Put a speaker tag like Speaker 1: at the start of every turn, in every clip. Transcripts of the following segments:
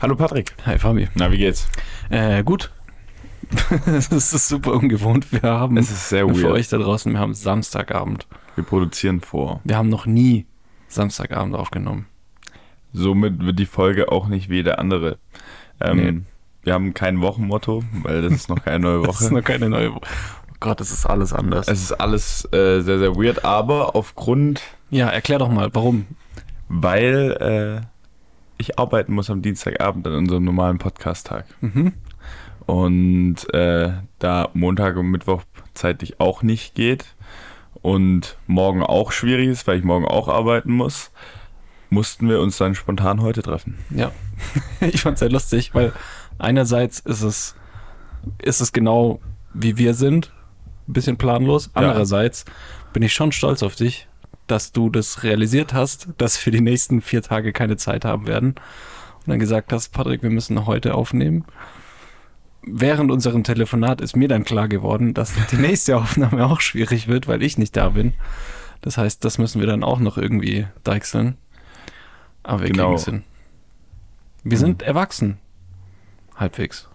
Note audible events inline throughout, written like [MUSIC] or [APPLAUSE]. Speaker 1: Hallo Patrick.
Speaker 2: Hi Fabi.
Speaker 1: Na, wie geht's?
Speaker 2: Äh, gut. [LAUGHS] Es ist super ungewohnt. Wir haben
Speaker 1: Es ist sehr
Speaker 2: für
Speaker 1: weird.
Speaker 2: euch da draußen, wir haben Samstagabend.
Speaker 1: Wir produzieren vor.
Speaker 2: Wir haben noch nie Samstagabend aufgenommen.
Speaker 1: Somit wird die Folge auch nicht wie jede andere. Ähm, Wir haben kein Wochenmotto, weil das ist noch keine neue
Speaker 2: [LAUGHS] [LAUGHS] Das ist
Speaker 1: Woche.
Speaker 2: noch keine neue Woche. Oh Gott, das ist alles anders.
Speaker 1: es ist alles äh, sehr, sehr weird, aber aufgrund,
Speaker 2: ja, erklär doch mal, warum?
Speaker 1: weil äh, ich arbeiten muss am Dienstagabend an unserem normalen Podcast-Tag.
Speaker 2: Mhm.
Speaker 1: Und äh, da Montag und Mittwoch zeitlich auch nicht geht und morgen auch schwierig ist, weil ich morgen auch arbeiten muss, mussten wir uns dann spontan heute treffen.
Speaker 2: Ja, [LAUGHS] ich fand's sehr lustig, weil einerseits ist es, ist es genau wie wir sind, ein bisschen planlos. Andererseits bin ich schon stolz auf dich, dass du das realisiert hast, dass wir die nächsten vier Tage keine Zeit haben werden. Und dann gesagt hast, Patrick, wir müssen heute aufnehmen. Während unserem Telefonat ist mir dann klar geworden, dass die nächste Aufnahme auch schwierig wird, weil ich nicht da bin. Das heißt, das müssen wir dann auch noch irgendwie deichseln. Aber wir
Speaker 1: Genau. Mhm.
Speaker 2: kriegen es hin. Wir sind erwachsen. Halbwegs.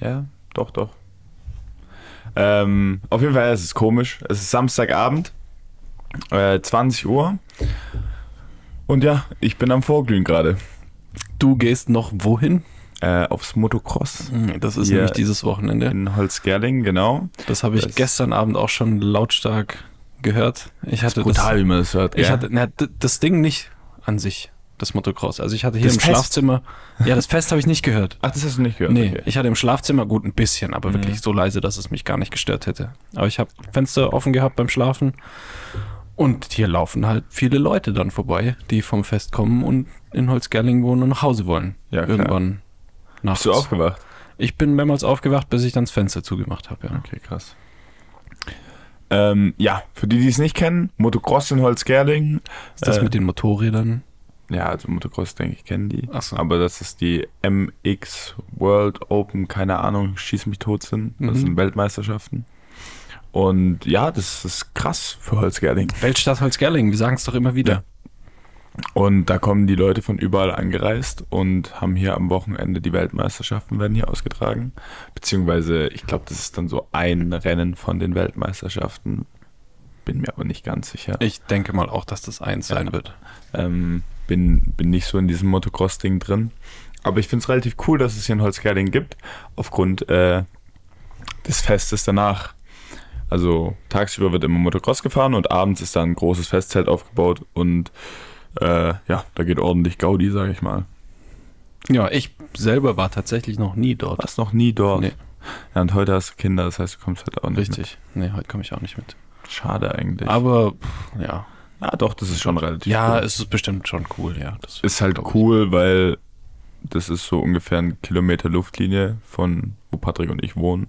Speaker 1: Ja, doch, doch. Ähm, auf jeden Fall, es ist komisch. Es ist Samstagabend, äh, 20 Uhr. Und ja, ich bin am Vorglühen gerade.
Speaker 2: Du gehst noch wohin?
Speaker 1: Äh, aufs Motocross
Speaker 2: Das ist
Speaker 1: Mhm. Ja.
Speaker 2: nämlich dieses Wochenende.
Speaker 1: in Holzgerling, genau.
Speaker 2: Das habe ich
Speaker 1: Das-
Speaker 2: gestern Abend auch schon lautstark gehört. Ich hatte
Speaker 1: wie man das hört.
Speaker 2: Also das, ich
Speaker 1: gell?
Speaker 2: hatte, na, d- das Ding nicht an sich, das Motocross. Also ich hatte hier
Speaker 1: Das
Speaker 2: im
Speaker 1: Fest.
Speaker 2: Schlafzimmer. Ja, das Fest habe ich nicht gehört.
Speaker 1: Ach, das hast du nicht gehört?
Speaker 2: Nee,
Speaker 1: okay. Mhm.
Speaker 2: ich hatte im Schlafzimmer gut ein bisschen, aber wirklich so leise, dass es mich gar nicht gestört hätte. Aber ich habe Fenster offen gehabt beim Schlafen und hier laufen halt viele Leute dann vorbei, die vom Fest kommen und in Holzgerling wohnen und nach Hause wollen.
Speaker 1: Ja, klar.
Speaker 2: Irgendwann nachts.
Speaker 1: Bist du aufgewacht?
Speaker 2: Ich bin mehrmals aufgewacht, bis ich dann das Fenster zugemacht habe. Ja.
Speaker 1: Okay, krass. Ähm, ja, für die, die es nicht kennen, Motocross in Holzgerling.
Speaker 2: Ist das
Speaker 1: Äh,
Speaker 2: mit den Motorrädern?
Speaker 1: Ja, also Motocross, denke ich, kennen die.
Speaker 2: Ach so.
Speaker 1: Aber das ist die MX World Open, keine Ahnung, schieß mich tot sind. Das
Speaker 2: Mhm.
Speaker 1: sind Weltmeisterschaften. Und ja, das ist krass für Holzgerling.
Speaker 2: Weltstadt Holzgerling, wir sagen es doch immer wieder.
Speaker 1: Ja. Und da kommen die Leute von überall angereist und haben hier am Wochenende die Weltmeisterschaften werden hier ausgetragen. Beziehungsweise, ich glaube, das ist dann so ein Rennen von den Weltmeisterschaften. Bin mir aber nicht ganz sicher.
Speaker 2: Ich denke mal auch, dass das eins sein wird.
Speaker 1: Ähm, bin, bin nicht so in diesem Motocross-Ding drin. Aber ich finde es relativ cool, dass es hier in Holzgerling gibt, aufgrund äh, des Festes danach. Also tagsüber wird immer Motocross gefahren und abends ist da ein großes Festzelt aufgebaut und äh, ja, da geht ordentlich Gaudi, sage ich mal.
Speaker 2: Ja, ich selber war tatsächlich noch nie dort.
Speaker 1: Warst noch nie dort.
Speaker 2: Nee.
Speaker 1: Ja, und heute hast du Kinder, das heißt, du kommst halt auch nicht.
Speaker 2: Richtig. Nee, heute komme ich auch nicht mit.
Speaker 1: Mit. Schade eigentlich.
Speaker 2: Aber pff, ja,
Speaker 1: ah, doch, das ist schon relativ
Speaker 2: Ja,
Speaker 1: cool.
Speaker 2: es ist bestimmt schon cool, ja. Das [LAUGHS]
Speaker 1: ist halt cool, weil das ist so ungefähr ein Kilometer Luftlinie von wo Patrick und ich wohnen.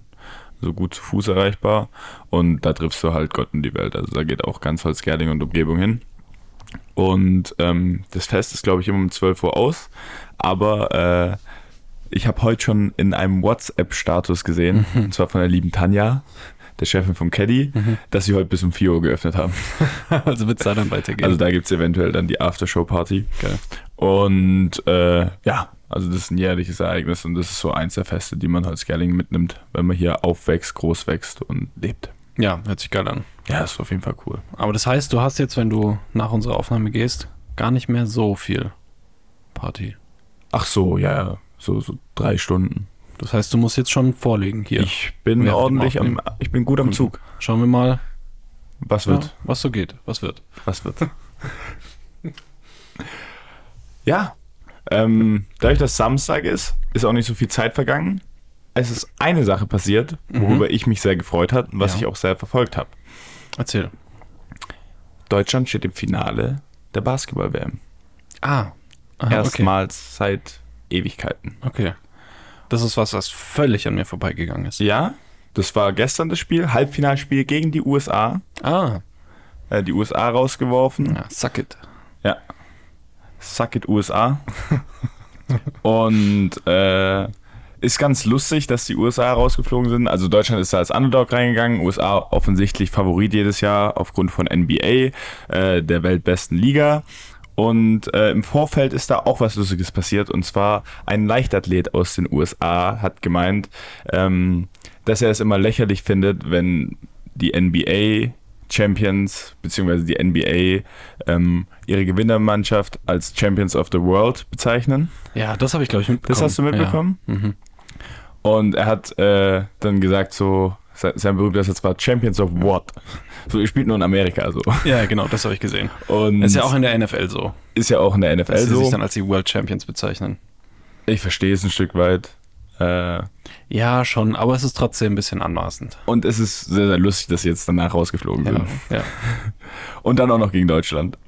Speaker 1: So gut zu Fuß erreichbar. Und da triffst du halt Gott in die Welt. Also da geht auch ganz Holzgerling und Umgebung hin. Und ähm, das Fest ist, glaube ich, immer um 12 Uhr aus. Aber äh, ich habe heute schon in einem WhatsApp-Status gesehen, und zwar von der lieben Tanja, der Chefin vom Caddy, dass sie heute bis um 4 Uhr geöffnet haben.
Speaker 2: also wird es da dann weitergehen.
Speaker 1: Also da gibt es eventuell dann die Aftershow-Party.
Speaker 2: Geil.
Speaker 1: Und äh, ja, also das ist ein jährliches Ereignis und das ist so eins der Feste, die man als Gerling mitnimmt, wenn man hier aufwächst, groß wächst und lebt.
Speaker 2: ja, hört sich geil an.
Speaker 1: Ja, ist auf jeden Fall cool.
Speaker 2: Aber das heißt, du hast jetzt, wenn du nach unserer Aufnahme gehst, gar nicht mehr so viel Party.
Speaker 1: Ach so, ja, ja, so, so drei Stunden.
Speaker 2: Das heißt, du musst jetzt schon vorlegen hier.
Speaker 1: Ich bin
Speaker 2: Während dem
Speaker 1: ordentlich am,
Speaker 2: Aufnehmen.
Speaker 1: ich bin gut am Zug.
Speaker 2: Schauen wir mal,
Speaker 1: Was
Speaker 2: ja,
Speaker 1: wird?
Speaker 2: was so geht, was wird.
Speaker 1: Was wird? ja. Ähm, dadurch, dass Samstag ist, ist auch nicht so viel Zeit vergangen. Es ist eine Sache passiert, worüber ich mich sehr gefreut hat und was
Speaker 2: Mhm. Ja.
Speaker 1: ich auch sehr verfolgt habe.
Speaker 2: Erzähl.
Speaker 1: Deutschland steht im Finale der Basketball-WM.
Speaker 2: Ah. Aha,
Speaker 1: Erstmals seit Ewigkeiten.
Speaker 2: Okay. okay. Das ist was, was völlig an mir vorbeigegangen ist.
Speaker 1: Ja, das war gestern das Spiel, Halbfinalspiel gegen die USA.
Speaker 2: Ah,
Speaker 1: Äh, die USA rausgeworfen.
Speaker 2: ja, suck it.
Speaker 1: Ja. Suck it USA. [LAUGHS] und äh, ist ganz lustig, dass die USA rausgeflogen sind. Also Deutschland ist da als Underdog reingegangen. USA offensichtlich Favorit jedes Jahr aufgrund von NBA, äh, der weltbesten Liga. Und äh, im Vorfeld ist da auch was Lustiges passiert. Und zwar ein Leichtathlet aus den USA hat gemeint, ähm, dass er es immer lächerlich findet, wenn die NBA Champions beziehungsweise die NBA ähm, ihre Gewinnermannschaft als Champions of the World bezeichnen.
Speaker 2: Ja, das habe ich, glaube ich, mitbekommen.
Speaker 1: Das hast du mitbekommen?
Speaker 2: Ja. Mhm.
Speaker 1: Und er hat äh, dann gesagt so, se- sein berühmter Satz war Champions of what? So, ihr spielt nur in Amerika also.
Speaker 2: ja genau, das habe ich gesehen.
Speaker 1: Und Also?
Speaker 2: Ist ja auch in der NFL so,
Speaker 1: ist ja auch in der NFL
Speaker 2: dass sie sich
Speaker 1: so.
Speaker 2: dann als die World Champions bezeichnen.
Speaker 1: Ich verstehe es ein Stück weit. Äh,
Speaker 2: Ja, schon, aber es ist trotzdem ein bisschen anmaßend.
Speaker 1: und es ist sehr, sehr lustig, dass sie jetzt danach rausgeflogen sind.
Speaker 2: ja.
Speaker 1: Und dann auch noch gegen Deutschland.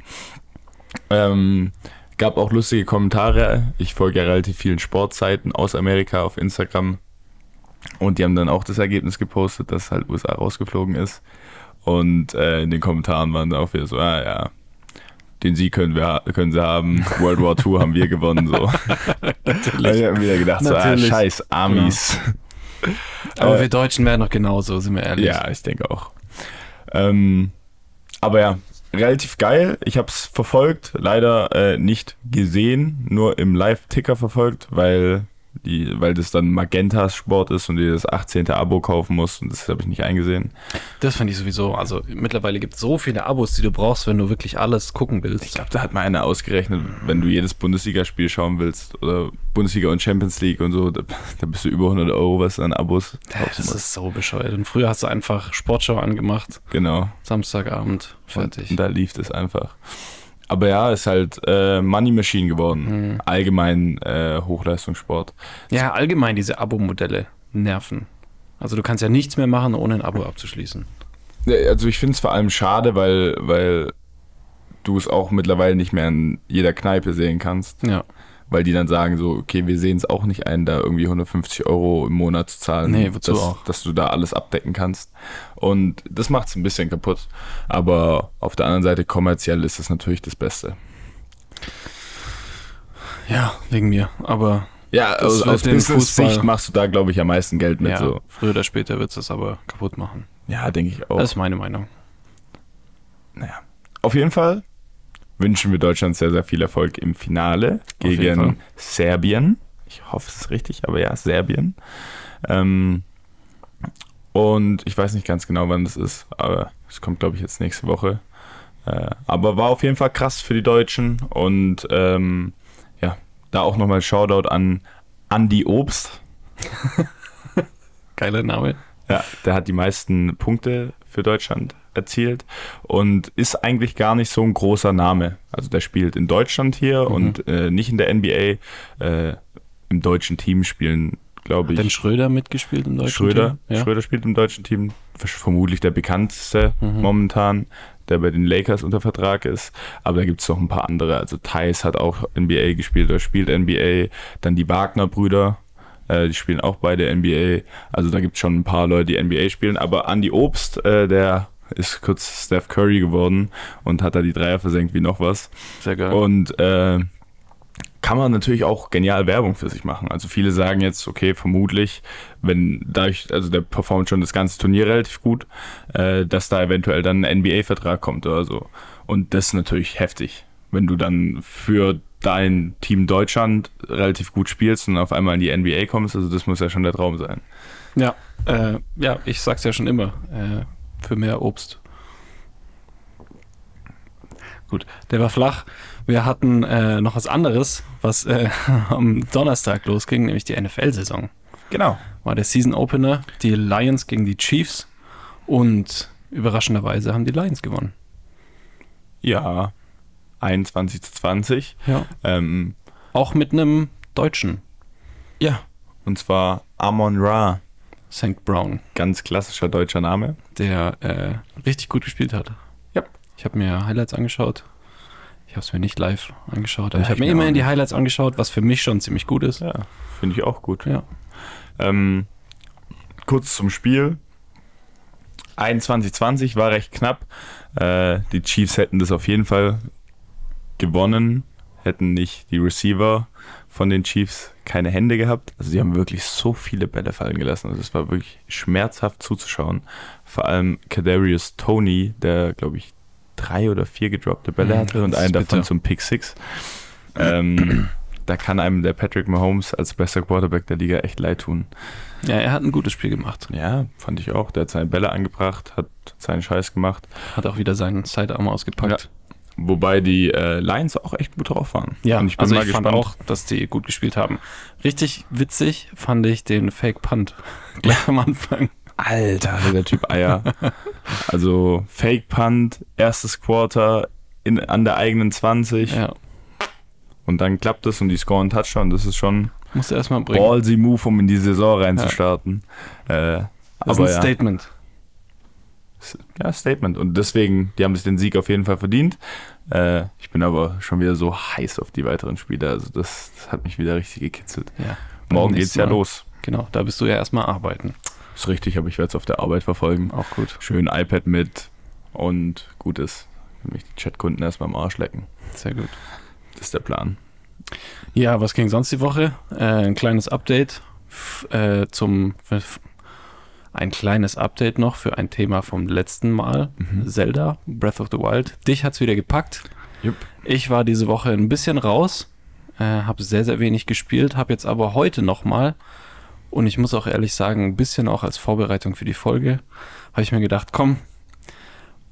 Speaker 1: Ähm, gab auch lustige Kommentare. Ich folge ja relativ vielen Sportseiten aus Amerika auf Instagram. Und die haben dann auch das Ergebnis gepostet, dass halt USA rausgeflogen ist. Und äh, in den Kommentaren waren dann auch wieder so, ah ja, den Sieg können, wir, ha- können sie haben. World War II haben wir gewonnen. So. Und ich habe wieder gedacht, so, ah,
Speaker 2: Natürlich.
Speaker 1: scheiß Amis.
Speaker 2: Aber
Speaker 1: Äh,
Speaker 2: wir Deutschen wären doch genauso, sind wir ehrlich.
Speaker 1: Ja, ich denke auch. Ähm, aber ja, relativ geil. Ich habe es verfolgt, leider äh, nicht gesehen, nur im Live-Ticker verfolgt, weil, die, weil das dann Magentas Sport ist und ihr das 18. Abo kaufen muss und das habe ich nicht eingesehen.
Speaker 2: Das finde ich sowieso. Also mittlerweile gibt es so viele Abos, die du brauchst, wenn du wirklich alles gucken
Speaker 1: Ich
Speaker 2: willst.
Speaker 1: glaube, da hat mal einer ausgerechnet, wenn du jedes Bundesligaspiel schauen willst oder Bundesliga und Champions League und so, da, da bist du über 100 Euro was an Abos. kaufen
Speaker 2: Das
Speaker 1: musst.
Speaker 2: ist so bescheuert. Und früher hast du einfach Sportschau angemacht,
Speaker 1: Genau.
Speaker 2: Samstagabend, fertig.
Speaker 1: Und da lief das einfach. Aber ja, ist halt äh, Money Machine geworden.
Speaker 2: Mhm.
Speaker 1: Allgemein äh, Hochleistungssport.
Speaker 2: Ja, allgemein diese Abo-Modelle nerven. Also du kannst ja nichts mehr machen, ohne ein Abo abzuschließen.
Speaker 1: Ja, Also ich finde es vor allem schade, weil, weil du es auch mittlerweile nicht mehr in jeder Kneipe sehen kannst.
Speaker 2: Ja.
Speaker 1: Weil die dann sagen so, okay, wir sehen es auch nicht ein, da irgendwie 150 Euro im Monat zu zahlen.
Speaker 2: Nee, wozu
Speaker 1: dass,
Speaker 2: auch?
Speaker 1: Dass du da alles abdecken kannst. Und das macht es ein bisschen kaputt. Aber auf der anderen Seite kommerziell ist es natürlich das Beste.
Speaker 2: Ja, wegen mir. Aber
Speaker 1: Ja,
Speaker 2: Das
Speaker 1: aus,
Speaker 2: wird
Speaker 1: aus
Speaker 2: den
Speaker 1: Business-Sicht
Speaker 2: Fußball-
Speaker 1: machst du da, glaube ich, am meisten Geld mit.
Speaker 2: ja,
Speaker 1: So. Oh.
Speaker 2: früher oder später wird es aber kaputt machen.
Speaker 1: Ja, denke ich auch.
Speaker 2: Das ist meine Meinung.
Speaker 1: naja. Auf jeden Fall wünschen wir Deutschland sehr, sehr viel Erfolg im Finale
Speaker 2: jeden Fall.
Speaker 1: gegen Serbien. Ich hoffe, es ist richtig, aber ja, Serbien. Ähm, und ich weiß nicht ganz genau, wann das ist, aber es kommt, glaube ich, jetzt nächste Woche. Äh, aber war auf jeden Fall krass für die Deutschen und ähm, ja, da auch nochmal Shoutout an Andy Obst.
Speaker 2: Geiler Name.
Speaker 1: Ja, der hat die meisten Punkte für Deutschland erzielt und ist eigentlich gar nicht so ein großer Name. Also der spielt in Deutschland hier und äh, nicht in der NBA. Äh, Im deutschen Team spielen, glaube
Speaker 2: Denn
Speaker 1: ich,
Speaker 2: Schröder mitgespielt im deutschen
Speaker 1: Schröder.
Speaker 2: Team? Ja.
Speaker 1: Schröder spielt im deutschen Team. Vermutlich der bekannteste
Speaker 2: Mhm.
Speaker 1: momentan, der bei den Lakers unter Vertrag ist. Aber da gibt es noch ein paar andere. Also Thais hat auch NBA gespielt oder spielt NBA. Dann die Wagner-Brüder. äh, Die spielen auch beide NBA. Also da gibt es schon ein paar Leute, die NBA spielen. Aber Andy Obst, äh, der ist kurz Steph Curry geworden und hat da die Dreier versenkt wie noch was.
Speaker 2: Sehr geil.
Speaker 1: Und äh, kann man natürlich auch genial Werbung für sich machen. Also viele sagen jetzt, okay, vermutlich, wenn dadurch, also der performt schon das ganze Turnier relativ gut, äh, dass da eventuell dann ein NBA-Vertrag kommt oder so. Und das ist natürlich heftig, wenn du dann für dein Team Deutschland relativ gut spielst und auf einmal in die NBA kommst. Also das muss ja schon der Traum sein.
Speaker 2: Ja, äh, ja, ich sag's ja schon immer. Äh, für mehr Obst. Gut, der war flach. Wir hatten äh, noch was anderes, was äh, [LAUGHS] am Donnerstag losging, nämlich die NFL-Saison.
Speaker 1: Genau.
Speaker 2: War der Season Opener, die Lions gegen die Chiefs. Und überraschenderweise haben die Lions gewonnen.
Speaker 1: Ja, 21 zu 20.
Speaker 2: Ja.
Speaker 1: Ähm,
Speaker 2: Auch mit einem Deutschen,
Speaker 1: ja. Und zwar Amon Ra.
Speaker 2: St. Brown,
Speaker 1: ganz klassischer deutscher Name.
Speaker 2: der äh, richtig gut gespielt hat.
Speaker 1: Ja.
Speaker 2: Ich habe mir Highlights angeschaut. Ich habe es mir nicht live angeschaut, aber
Speaker 1: Ja,
Speaker 2: ich habe
Speaker 1: ich
Speaker 2: mir
Speaker 1: mir auch
Speaker 2: immerhin die Highlights angeschaut, was für mich schon ziemlich gut ist.
Speaker 1: Ja, finde ich auch gut.
Speaker 2: Ja.
Speaker 1: Ähm, kurz zum Spiel. 21-20 war recht knapp. Äh, die Chiefs hätten das auf jeden Fall gewonnen, hätten nicht die Receiver von den Chiefs keine Hände gehabt. Also sie haben wirklich so viele Bälle fallen gelassen. Also es war wirklich schmerzhaft zuzuschauen. Vor allem Kadarius Tony, der glaube ich drei oder vier gedroppte Bälle
Speaker 2: Mhm,
Speaker 1: hatte und
Speaker 2: das ist
Speaker 1: einen davon
Speaker 2: bitter.
Speaker 1: zum Pick Six. Ähm, da kann einem der Patrick Mahomes als bester Quarterback der Liga echt leid tun.
Speaker 2: Ja, er hat ein gutes Spiel gemacht.
Speaker 1: Ja, fand ich auch. Der hat seine Bälle angebracht, hat seinen Scheiß gemacht.
Speaker 2: Hat auch wieder seinen Sidearm ausgepackt.
Speaker 1: Wobei die äh, Lions auch echt gut drauf waren. und ich bin
Speaker 2: also
Speaker 1: mal
Speaker 2: ich
Speaker 1: gespannt.
Speaker 2: fand auch, dass die gut gespielt haben. Richtig witzig fand ich den Fake [LAUGHS] Punt gleich am Anfang.
Speaker 1: Alter, hatte der
Speaker 2: [LAUGHS]
Speaker 1: Typ Eier. also Fake Punt, erstes Quarter in, an der eigenen 20
Speaker 2: Ja,
Speaker 1: und dann klappt es und die scoren einen Touchdown. Das ist schon
Speaker 2: musste erstmal bringen.
Speaker 1: ballsy Move, um in die Saison reinzustarten. Äh,
Speaker 2: das
Speaker 1: aber
Speaker 2: ist ein
Speaker 1: ja.
Speaker 2: Statement.
Speaker 1: ja, Statement. Und deswegen, die haben sich den Sieg auf jeden Fall verdient. Äh, ich bin aber schon wieder so heiß auf die weiteren Spiele. Also das, das hat mich wieder richtig gekitzelt.
Speaker 2: Ja.
Speaker 1: Morgen
Speaker 2: Nächstes
Speaker 1: geht's ja
Speaker 2: Mal.
Speaker 1: los.
Speaker 2: Genau, da bist du ja erstmal arbeiten.
Speaker 1: Ist richtig, aber ich werde es auf der Arbeit verfolgen.
Speaker 2: Auch gut.
Speaker 1: Schön iPad mit und gutes. Nämlich die Chatkunden erstmal am Arsch lecken.
Speaker 2: Sehr gut.
Speaker 1: Das ist der Plan.
Speaker 2: Ja, was ging sonst die Woche? Äh, ein kleines Update f- äh, zum f- ein kleines Update noch für ein Thema vom letzten Mal. Zelda, Breath of the Wild. Dich hat's wieder gepackt.
Speaker 1: Jupp.
Speaker 2: Ich war diese Woche ein bisschen raus, äh, habe sehr, sehr wenig gespielt, habe jetzt aber heute nochmal, und ich muss auch ehrlich sagen, ein bisschen auch als Vorbereitung für die Folge, habe ich mir gedacht, komm,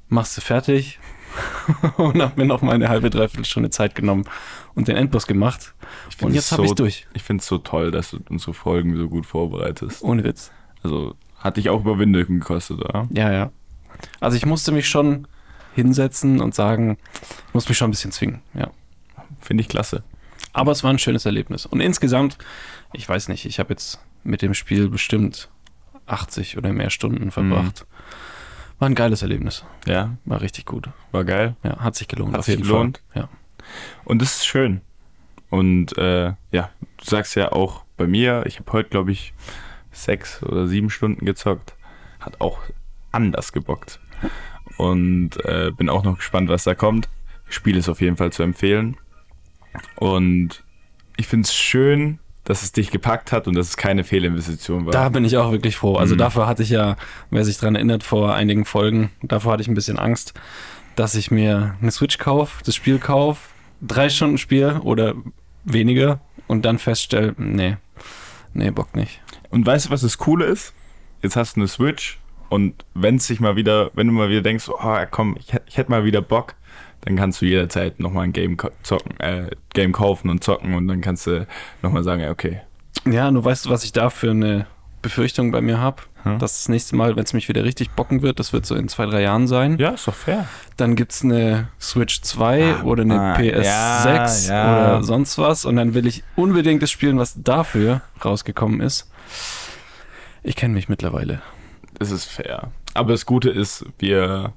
Speaker 2: machst du fertig [LAUGHS] und habe mir nochmal eine halbe, dreiviertel Stunde Zeit genommen und den Endboss gemacht.
Speaker 1: Ich
Speaker 2: Und jetzt habe ich
Speaker 1: so,
Speaker 2: durch.
Speaker 1: ich finde es so toll, dass du unsere Folgen so gut vorbereitest.
Speaker 2: Ohne Witz.
Speaker 1: Also hat dich auch Überwindung gekostet, oder?
Speaker 2: Ja, ja. Also ich musste mich schon hinsetzen und sagen, ich muss mich schon ein bisschen zwingen, ja.
Speaker 1: Finde ich klasse.
Speaker 2: Aber es war ein schönes Erlebnis. Und insgesamt, ich weiß nicht, ich habe jetzt mit dem Spiel bestimmt 80 oder mehr Stunden verbracht.
Speaker 1: Mhm.
Speaker 2: War ein geiles Erlebnis.
Speaker 1: Ja,
Speaker 2: War richtig gut.
Speaker 1: war geil.
Speaker 2: Ja, hat sich gelohnt.
Speaker 1: Hat sich gelohnt.
Speaker 2: Fall. Ja.
Speaker 1: Und das ist schön. Und äh, ja, du sagst ja auch bei mir, ich habe heute, glaube ich, sechs oder sieben Stunden gezockt. Hat auch anders gebockt. Und äh, bin auch noch gespannt, was da kommt. Spiel ist auf jeden Fall zu empfehlen. Und ich finde es schön, dass es dich gepackt hat und dass es keine Fehlinvestition war.
Speaker 2: Da bin ich auch wirklich froh. Also
Speaker 1: Mhm.
Speaker 2: dafür hatte ich ja, wer sich dran erinnert, vor einigen Folgen, davor hatte ich ein bisschen Angst, dass ich mir eine Switch kaufe, das Spiel kaufe, drei Stunden spiele oder weniger und dann feststelle, nee, nee, Bock nicht.
Speaker 1: Und weißt du, was das Coole ist? Jetzt hast du eine Switch und wenn es sich mal wieder, wenn du mal wieder denkst, oh komm, ich, hätt- ich hätte mal wieder Bock, dann kannst du jederzeit nochmal ein Game ko- zocken, äh, Game kaufen und zocken und dann kannst du nochmal sagen, ja, okay.
Speaker 2: Ja, nur weißt du, was ich da für eine Befürchtung bei mir habe?
Speaker 1: Hm?
Speaker 2: dass das nächste Mal, wenn es mich wieder richtig bocken wird, das wird so in zwei, drei Jahren sein,
Speaker 1: ja, ist doch fair.
Speaker 2: dann gibt es eine Switch 2
Speaker 1: Ah,
Speaker 2: oder eine
Speaker 1: ah,
Speaker 2: PS6
Speaker 1: ja, ja.
Speaker 2: oder sonst was und dann will ich unbedingt das spielen, was dafür rausgekommen ist. Ich kenne mich mittlerweile.
Speaker 1: Das ist fair. Aber das Gute ist, wir,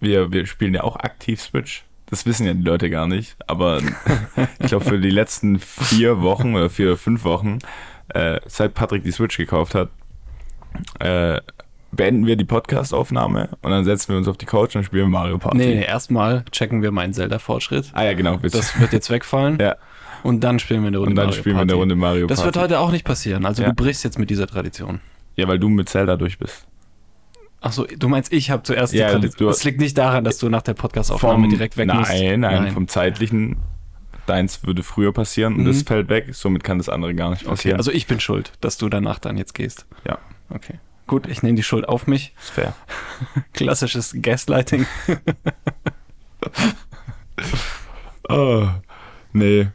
Speaker 1: wir, wir spielen ja auch aktiv Switch. Das wissen ja die Leute gar nicht.
Speaker 2: [LAUGHS]
Speaker 1: Aber ich glaube, für die letzten vier Wochen oder vier oder fünf Wochen, äh, seit Patrick die Switch gekauft hat, äh, beenden wir die Podcast-Aufnahme und dann setzen wir uns auf die Couch und spielen Mario Party.
Speaker 2: Nee, nee, erstmal checken wir meinen Zelda-Fortschritt.
Speaker 1: Ah ja, genau. wir-
Speaker 2: Das wird jetzt wegfallen
Speaker 1: [LAUGHS] ja.
Speaker 2: und dann spielen wir eine Runde
Speaker 1: Und dann
Speaker 2: Mario
Speaker 1: spielen wir eine
Speaker 2: Party.
Speaker 1: Runde Mario
Speaker 2: Das wird
Speaker 1: Party.
Speaker 2: heute auch nicht passieren. Also
Speaker 1: Ja.
Speaker 2: du brichst jetzt mit dieser Tradition.
Speaker 1: Ja, weil du mit Zelda durch bist.
Speaker 2: Achso, du meinst, ich habe zuerst
Speaker 1: Ja,
Speaker 2: die Tradition.
Speaker 1: du-
Speaker 2: Das liegt nicht daran, dass du nach der Podcast-Aufnahme Genau, direkt weg
Speaker 1: nein,
Speaker 2: musst.
Speaker 1: Nein, nein, vom zeitlichen. Deins würde früher passieren und
Speaker 2: Mhm.
Speaker 1: das fällt weg, somit kann das andere gar nicht
Speaker 2: Okay,
Speaker 1: passieren.
Speaker 2: also ich bin schuld, dass du danach dann jetzt gehst.
Speaker 1: Ja.
Speaker 2: Okay. Gut, ich nehme die Schuld auf mich.
Speaker 1: ist fair.
Speaker 2: Klassisches Gaslighting.
Speaker 1: Oh, nee.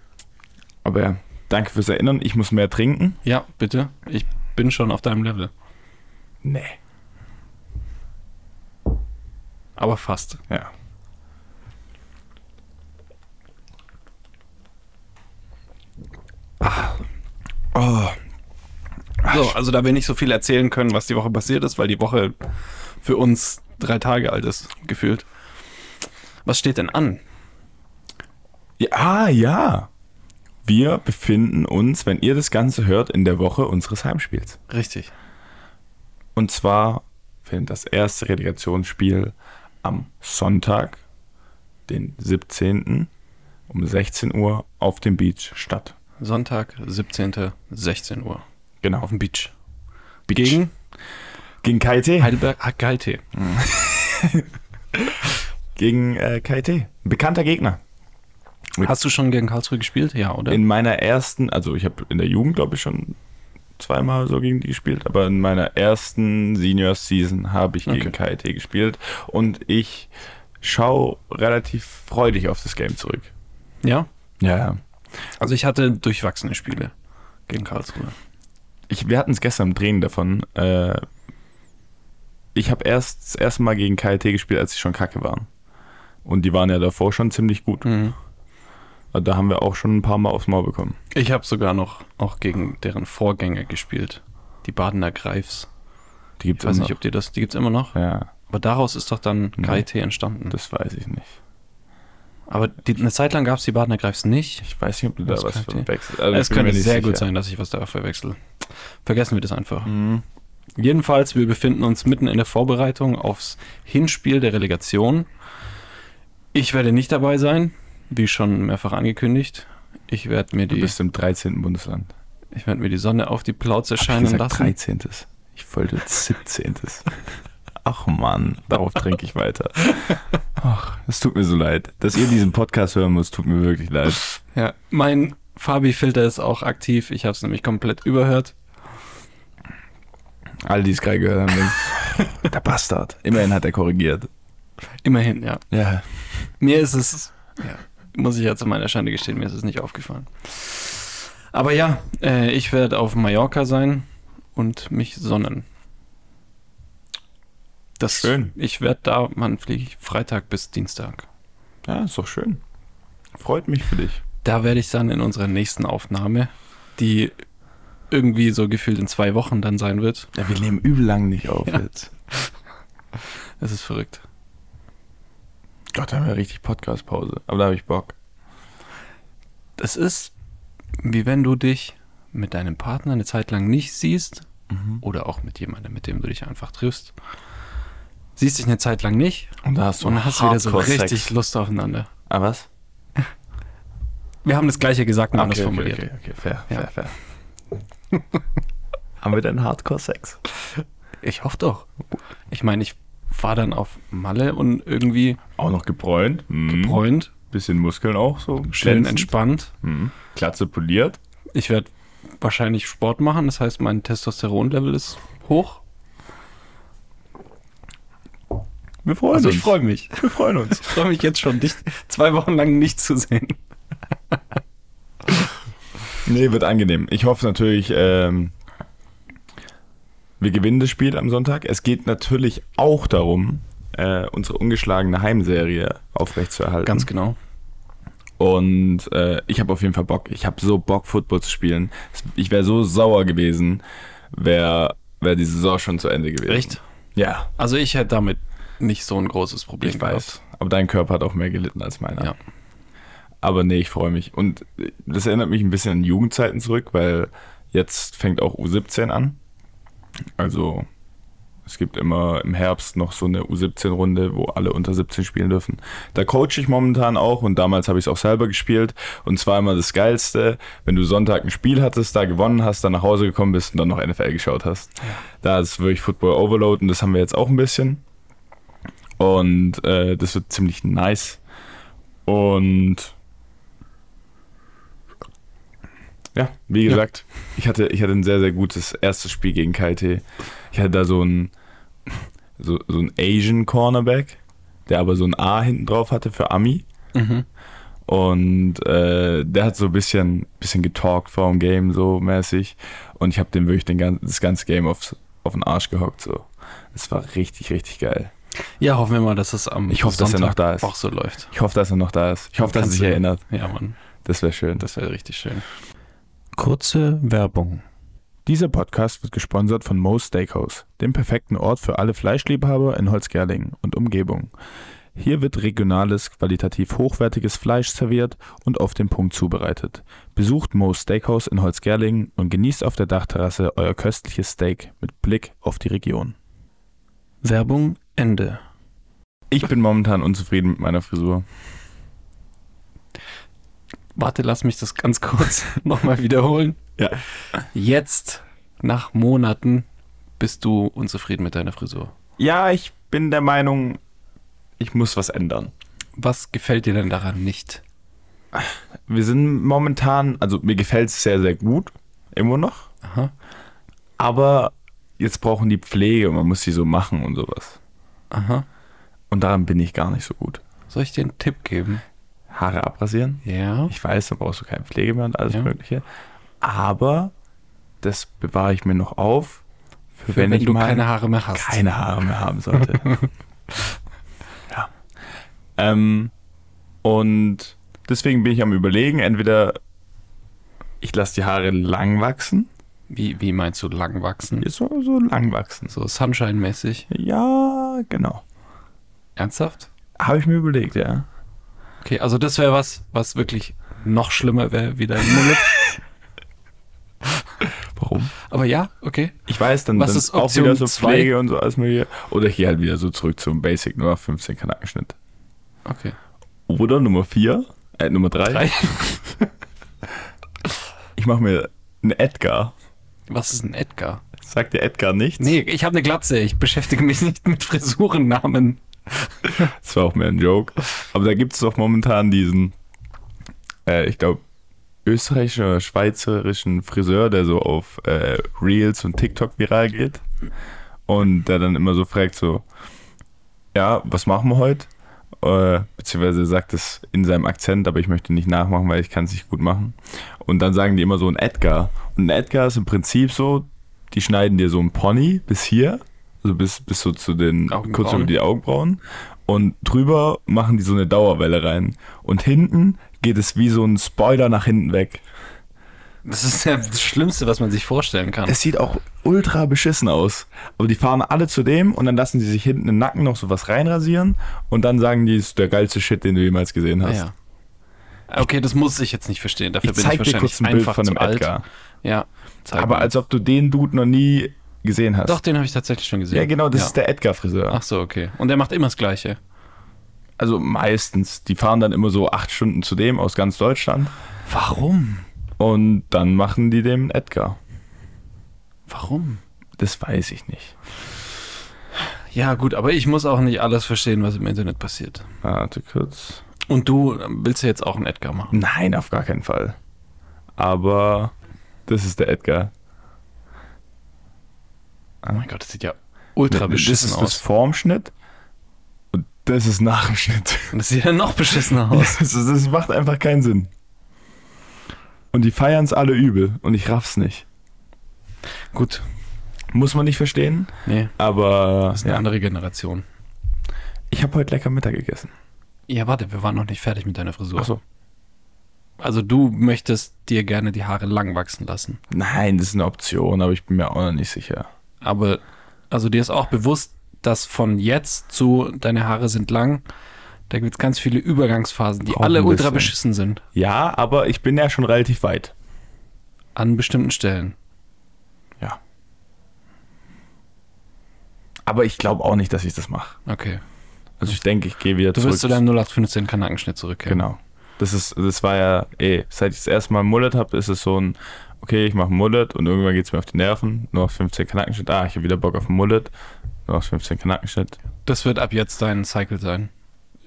Speaker 1: Aber ja, danke fürs Erinnern. Ich muss mehr trinken.
Speaker 2: Ja, bitte. Ich bin schon auf deinem Level.
Speaker 1: Nee.
Speaker 2: Aber fast.
Speaker 1: Ja. Ah. Oh,
Speaker 2: So, also da wir nicht so viel erzählen können, was die Woche passiert ist, weil die Woche für uns drei Tage alt ist, gefühlt. Was steht denn an?
Speaker 1: ja, ah, ja. wir befinden uns, wenn ihr das Ganze hört, in der Woche unseres Heimspiels.
Speaker 2: Richtig.
Speaker 1: Und zwar findet das erste Relegationsspiel am Sonntag, den 17. um 16 Uhr auf dem Beach statt.
Speaker 2: Sonntag, 17. 16 Uhr.
Speaker 1: Genau.
Speaker 2: Auf dem Beach. Ah,
Speaker 1: Beach.
Speaker 2: Gegen
Speaker 1: Gegen KIT.
Speaker 2: Heidelberg Hakaltee.
Speaker 1: Gegen äh, KIT. Ein Bekannter Gegner.
Speaker 2: Hast du schon gegen Karlsruhe gespielt? Ja, oder?
Speaker 1: In meiner ersten, also ich habe in der Jugend, glaube ich, schon zweimal so gegen die gespielt, aber in meiner ersten Senior-Season habe ich gegen KIT gespielt und ich schaue relativ freudig auf das Game zurück.
Speaker 2: ja.
Speaker 1: Ja, ja.
Speaker 2: Also ich hatte durchwachsene Spiele gegen Karlsruhe.
Speaker 1: Ich, wir hatten es gestern im Training davon. Äh, ich habe erst das erste Mal gegen KIT gespielt, als sie schon kacke waren. Und die waren ja davor schon ziemlich gut.
Speaker 2: Mhm.
Speaker 1: Also Da haben wir auch schon ein paar Mal aufs Maul bekommen.
Speaker 2: Ich habe sogar noch auch gegen deren Vorgänger gespielt. Die Badener Greifs.
Speaker 1: Die gibt's
Speaker 2: Ich weiß
Speaker 1: immer.
Speaker 2: nicht, ob die das, die gibt's immer noch.
Speaker 1: ja, Mhm.
Speaker 2: Aber daraus ist doch dann
Speaker 1: Nee.
Speaker 2: KIT entstanden.
Speaker 1: das weiß ich nicht.
Speaker 2: Aber die, eine Zeit lang gab es die Badener Greifs nicht.
Speaker 1: Ich weiß nicht, ob du da
Speaker 2: Das
Speaker 1: was
Speaker 2: könnte-
Speaker 1: verwechselst. Also, ich
Speaker 2: es
Speaker 1: bin mir
Speaker 2: könnte
Speaker 1: nicht
Speaker 2: sehr
Speaker 1: sicher.
Speaker 2: gut sein, dass ich was da verwechsel. Vergessen wir das einfach.
Speaker 1: Mhm.
Speaker 2: Jedenfalls, wir befinden uns mitten in der Vorbereitung aufs Hinspiel der Relegation. Ich werde nicht dabei sein, wie schon mehrfach angekündigt. Ich werde mir,
Speaker 1: Du
Speaker 2: die-
Speaker 1: bist im 13. Bundesland.
Speaker 2: ich werd mir die Sonne auf die Plauze
Speaker 1: Hab ich
Speaker 2: scheinen
Speaker 1: gesagt
Speaker 2: lassen.
Speaker 1: 13. Ich wollte 17. Ach Mann, darauf trinke ich weiter.
Speaker 2: [LAUGHS]
Speaker 1: Ach, es tut mir so leid. Dass ihr diesen Podcast hören müsst, tut mir wirklich leid.
Speaker 2: Ja, mein Fabi-Filter ist auch aktiv. Ich habe es nämlich komplett überhört.
Speaker 1: Alle, die es gerade gehört haben, denken, [LAUGHS] der Bastard. Immerhin hat er korrigiert.
Speaker 2: Immerhin, ja.
Speaker 1: Ja.
Speaker 2: Mir ist es, ja, muss ich ja zu meiner Schande gestehen, mir ist es nicht aufgefallen. Aber ja, äh, ich werde auf Mallorca sein und mich sonnen. Das,
Speaker 1: Schön.
Speaker 2: Ich werde da, man fliege ich Freitag bis Dienstag.
Speaker 1: Ja, ist doch schön. Freut mich für dich.
Speaker 2: Da werde ich dann in unserer nächsten Aufnahme, die irgendwie so gefühlt in zwei Wochen dann sein wird.
Speaker 1: Ja, wir nehmen übel lang nicht auf
Speaker 2: Ja.
Speaker 1: jetzt.
Speaker 2: Es ist verrückt.
Speaker 1: Gott, da haben wir richtig Podcast-Pause. Aber da habe ich Bock.
Speaker 2: Es ist, wie wenn du dich mit deinem Partner eine Zeit lang nicht siehst oder auch mit jemandem, mit dem du dich einfach triffst. Siehst dich eine Zeit lang nicht
Speaker 1: Und da hast
Speaker 2: und dann hast du wieder so
Speaker 1: Hardcore-Sex.
Speaker 2: richtig Lust aufeinander.
Speaker 1: Ah, was?
Speaker 2: Wir haben das gleiche gesagt, nur anders formuliert.
Speaker 1: Okay, okay, fair,
Speaker 2: Ja.
Speaker 1: fair, fair. Haben wir denn Hardcore-Sex?
Speaker 2: Ich hoffe doch. Ich meine, ich war dann auf Malle und irgendwie
Speaker 1: Auch noch gebräunt. Mhm.
Speaker 2: bräunt,
Speaker 1: Bisschen Muskeln auch so.
Speaker 2: schön
Speaker 1: glänzend.
Speaker 2: entspannt.
Speaker 1: Mhm. Glatze poliert.
Speaker 2: Ich werde wahrscheinlich Sport machen, das heißt, mein Testosteronlevel ist hoch.
Speaker 1: Wir freuen
Speaker 2: Also
Speaker 1: uns.
Speaker 2: ich freue mich.
Speaker 1: wir freuen uns.
Speaker 2: Ich freue mich jetzt schon, dich zwei Wochen lang nicht zu sehen.
Speaker 1: Nee, wird angenehm. Ich hoffe natürlich, ähm, wir gewinnen das Spiel am Sonntag. Es geht natürlich auch darum, äh, unsere ungeschlagene Heimserie aufrechtzuerhalten.
Speaker 2: Ganz genau.
Speaker 1: Und äh, ich habe auf jeden Fall Bock. Ich habe so Bock, Football zu spielen. Es- Ich wäre so sauer gewesen, wäre wär die Saison schon zu Ende gewesen.
Speaker 2: Echt?
Speaker 1: Ja,
Speaker 2: Also ich hätte damit nicht so ein großes Problem
Speaker 1: ich weiß. Aber dein Körper hat auch mehr gelitten als meiner.
Speaker 2: Ja.
Speaker 1: Aber nee, ich freue mich. Und äh, das erinnert mich ein bisschen an Jugendzeiten zurück, weil jetzt fängt auch U17 an. Also es gibt immer im Herbst noch so eine U17-Runde, wo alle unter 17 spielen dürfen. Da coache ich momentan auch und damals habe ich es auch selber gespielt. Und zwar immer das Geilste, wenn du Sonntag ein Spiel hattest, da gewonnen hast, dann nach Hause gekommen bist und dann noch NFL geschaut hast. Da ist wirklich Football Overload und das haben wir jetzt auch ein bisschen. Und äh, das wird ziemlich nice. Und ja, wie
Speaker 2: Ja.
Speaker 1: gesagt, Ich, hatte, ich hatte ein sehr, sehr gutes erstes Spiel gegen KIT. Ich hatte da so einen so, so einen Asian Cornerback, der aber so ein A hinten drauf hatte für Ami.
Speaker 2: Mhm.
Speaker 1: Und äh, der hat so ein bisschen, bisschen getalkt vor dem Game, so mäßig. Und ich habe dem wirklich den ganzen, das ganze Game aufs, auf den Arsch gehockt. So. Es war richtig, richtig geil.
Speaker 2: Ja, hoffen wir mal, dass es am
Speaker 1: Ich hoffe, dass er noch da ist.
Speaker 2: auch so läuft.
Speaker 1: Ich hoffe, dass er noch da ist. Ich hoffe, dass er
Speaker 2: Kannst
Speaker 1: sich
Speaker 2: du-
Speaker 1: erinnert.
Speaker 2: Ja, Mann,
Speaker 1: Das wäre schön.
Speaker 2: das wäre richtig schön. Kurze Werbung.
Speaker 1: Dieser Podcast wird gesponsert von Moe's Steakhouse, dem perfekten Ort für alle Fleischliebhaber in Holzgerlingen und Umgebung. Hier wird regionales, qualitativ hochwertiges Fleisch serviert und auf den Punkt zubereitet. Besucht Mo's Steakhouse in Holzgerlingen und genießt auf der Dachterrasse euer köstliches Steak mit Blick auf die Region.
Speaker 2: Werbung Ende.
Speaker 1: Ich bin momentan unzufrieden mit meiner Frisur.
Speaker 2: Warte, lass mich das ganz kurz [LAUGHS] nochmal wiederholen.
Speaker 1: Ja.
Speaker 2: Jetzt, nach Monaten, bist du unzufrieden mit deiner Frisur.
Speaker 1: Ja, ich bin der Meinung, ich muss was ändern.
Speaker 2: Was gefällt dir denn daran nicht?
Speaker 1: Wir sind momentan, also mir gefällt es sehr, sehr gut, immer noch.
Speaker 2: Aha.
Speaker 1: Aber jetzt brauchen die Pflege und man muss sie so machen und sowas.
Speaker 2: Aha.
Speaker 1: Und daran bin ich gar nicht so gut.
Speaker 2: Soll ich dir einen Tipp geben?
Speaker 1: Haare abrasieren.
Speaker 2: Ja.
Speaker 1: Ich weiß, da brauchst du keine Pflege mehr und alles
Speaker 2: Ja.
Speaker 1: Mögliche. Aber das bewahre ich mir noch auf, für,
Speaker 2: Für wenn,
Speaker 1: wenn, ich
Speaker 2: du
Speaker 1: mal
Speaker 2: keine Haare mehr hast.
Speaker 1: keine Haare mehr haben sollte.
Speaker 2: [LAUGHS]
Speaker 1: ja. Ähm, und deswegen bin ich am Überlegen, entweder ich lasse die Haare lang wachsen,
Speaker 2: Wie, wie meinst du lang wachsen?
Speaker 1: so, so lang wachsen.
Speaker 2: So Sunshine-mäßig.
Speaker 1: Ja, genau.
Speaker 2: Ernsthaft?
Speaker 1: Habe ich mir überlegt, ja.
Speaker 2: Okay, also das wäre was, was wirklich noch schlimmer wäre wie dein [LAUGHS] Mullet.
Speaker 1: Warum?
Speaker 2: Aber ja, okay.
Speaker 1: Ich weiß, dann,
Speaker 2: Was
Speaker 1: dann
Speaker 2: ist
Speaker 1: auch
Speaker 2: Option
Speaker 1: wieder so
Speaker 2: zwei?
Speaker 1: Pflege und so alles mögliche. Oder hier halt wieder so zurück zum Basic, nur 15 Kanakenschnitt.
Speaker 2: Okay.
Speaker 1: Oder Nummer 4, äh, Nummer 3.
Speaker 2: Drei.
Speaker 1: [LAUGHS] Ich mache mir einen Edgar.
Speaker 2: Was ist ein Edgar?
Speaker 1: Sagt dir Edgar nichts?
Speaker 2: Nee, ich habe eine Glatze. Ich beschäftige mich nicht mit Frisurennamen.
Speaker 1: [LAUGHS] Das war auch mehr ein Joke. Aber da gibt es doch momentan diesen, äh, ich glaube, österreichischen oder schweizerischen Friseur, der so auf äh, Reels und TikTok viral geht. Und der dann immer so fragt so, ja, was machen wir heute? Äh, beziehungsweise sagt es in seinem Akzent, aber ich möchte nicht nachmachen, weil ich kann es nicht gut machen. Und dann sagen die immer so ein Edgar. Und ein Edgar ist im Prinzip so, die schneiden dir so ein Pony bis hier, also bis, bis so zu den, kurz
Speaker 2: Augenbrauen.
Speaker 1: über die Augenbrauen. Und drüber machen die so eine Dauerwelle rein. Und hinten geht es wie so ein Spoiler nach hinten weg.
Speaker 2: Das ist das Schlimmste, was man sich vorstellen kann.
Speaker 1: Es sieht auch ultra beschissen aus. Aber die fahren alle zu dem und dann lassen sie sich hinten im Nacken noch sowas reinrasieren und dann sagen die, es ist der geilste Shit, den du jemals gesehen hast.
Speaker 2: Ja. Okay, das muss ich jetzt nicht verstehen. Dafür
Speaker 1: Ich
Speaker 2: bin ich
Speaker 1: zeig dir
Speaker 2: wahrscheinlich
Speaker 1: kurz ein Bild
Speaker 2: einfach
Speaker 1: von einem
Speaker 2: zu alt.
Speaker 1: Edgar.
Speaker 2: Ja, zeig
Speaker 1: Aber
Speaker 2: mir.
Speaker 1: als ob du den Dude noch nie gesehen hast.
Speaker 2: Doch, den habe ich tatsächlich schon gesehen.
Speaker 1: Ja, genau, das
Speaker 2: Ja. Ah.
Speaker 1: ist der Edgar-Friseur.
Speaker 2: Ach so, okay. Und der macht immer das Gleiche.
Speaker 1: Also meistens. Die fahren dann immer so acht Stunden zu dem aus ganz Deutschland
Speaker 2: Warum?
Speaker 1: und dann machen die dem einen Edgar.
Speaker 2: Warum?
Speaker 1: Das weiß ich nicht.
Speaker 2: Ja, gut, aber ich muss auch nicht alles verstehen, was im Internet passiert.
Speaker 1: Warte kurz.
Speaker 2: Und du ähm, willst ja jetzt auch einen Edgar machen.
Speaker 1: Nein, auf gar keinen Fall. Aber das ist der Edgar.
Speaker 2: Oh mein Gott, das sieht ja ultra beschissen
Speaker 1: das ist Das
Speaker 2: aus.
Speaker 1: Formschnitt und das ist nach dem [LAUGHS] Schnitt.
Speaker 2: Und das sieht ja noch beschissener aus.
Speaker 1: Das, ist- das macht einfach keinen Sinn. Und die feiern es alle übel und ich raff's nicht.
Speaker 2: Gut.
Speaker 1: Muss man nicht verstehen,
Speaker 2: Nee,
Speaker 1: aber
Speaker 2: das ist eine
Speaker 1: ja.
Speaker 2: andere Generation.
Speaker 1: ich habe heute lecker Mittag gegessen.
Speaker 2: Ja, warte, wir waren noch nicht fertig mit deiner Frisur.
Speaker 1: Ach so.
Speaker 2: Also du möchtest dir gerne die Haare lang wachsen lassen.
Speaker 1: Nein, das ist eine Option, aber ich bin mir auch noch nicht sicher.
Speaker 2: Aber, also dir ist auch bewusst, dass von jetzt zu deine Haare sind lang, da gibt es ganz viele Übergangsphasen, die
Speaker 1: Braucht
Speaker 2: alle
Speaker 1: ein
Speaker 2: ultra
Speaker 1: bisschen.
Speaker 2: beschissen sind.
Speaker 1: Ja, aber ich bin ja schon relativ weit.
Speaker 2: An bestimmten Stellen.
Speaker 1: Ja. Aber ich glaube auch nicht, dass ich das mache.
Speaker 2: Okay.
Speaker 1: Also ich denke, ich gehe wieder
Speaker 2: Du
Speaker 1: zurück.
Speaker 2: wirst zu deinem 0815 Kanakenschnitt zurückkehren.
Speaker 1: Genau. Das ist, das war ja, eh, seit ich das erste Mal Mullet habe, ist es so ein, okay, ich mache Mullet und irgendwann geht es mir auf die Nerven. Nur auf 15 Knackenschnitt. Ah, ich habe wieder Bock auf einen Mullet. Nur auf 15 Knackenschnitt.
Speaker 2: Das wird ab jetzt dein Cycle sein.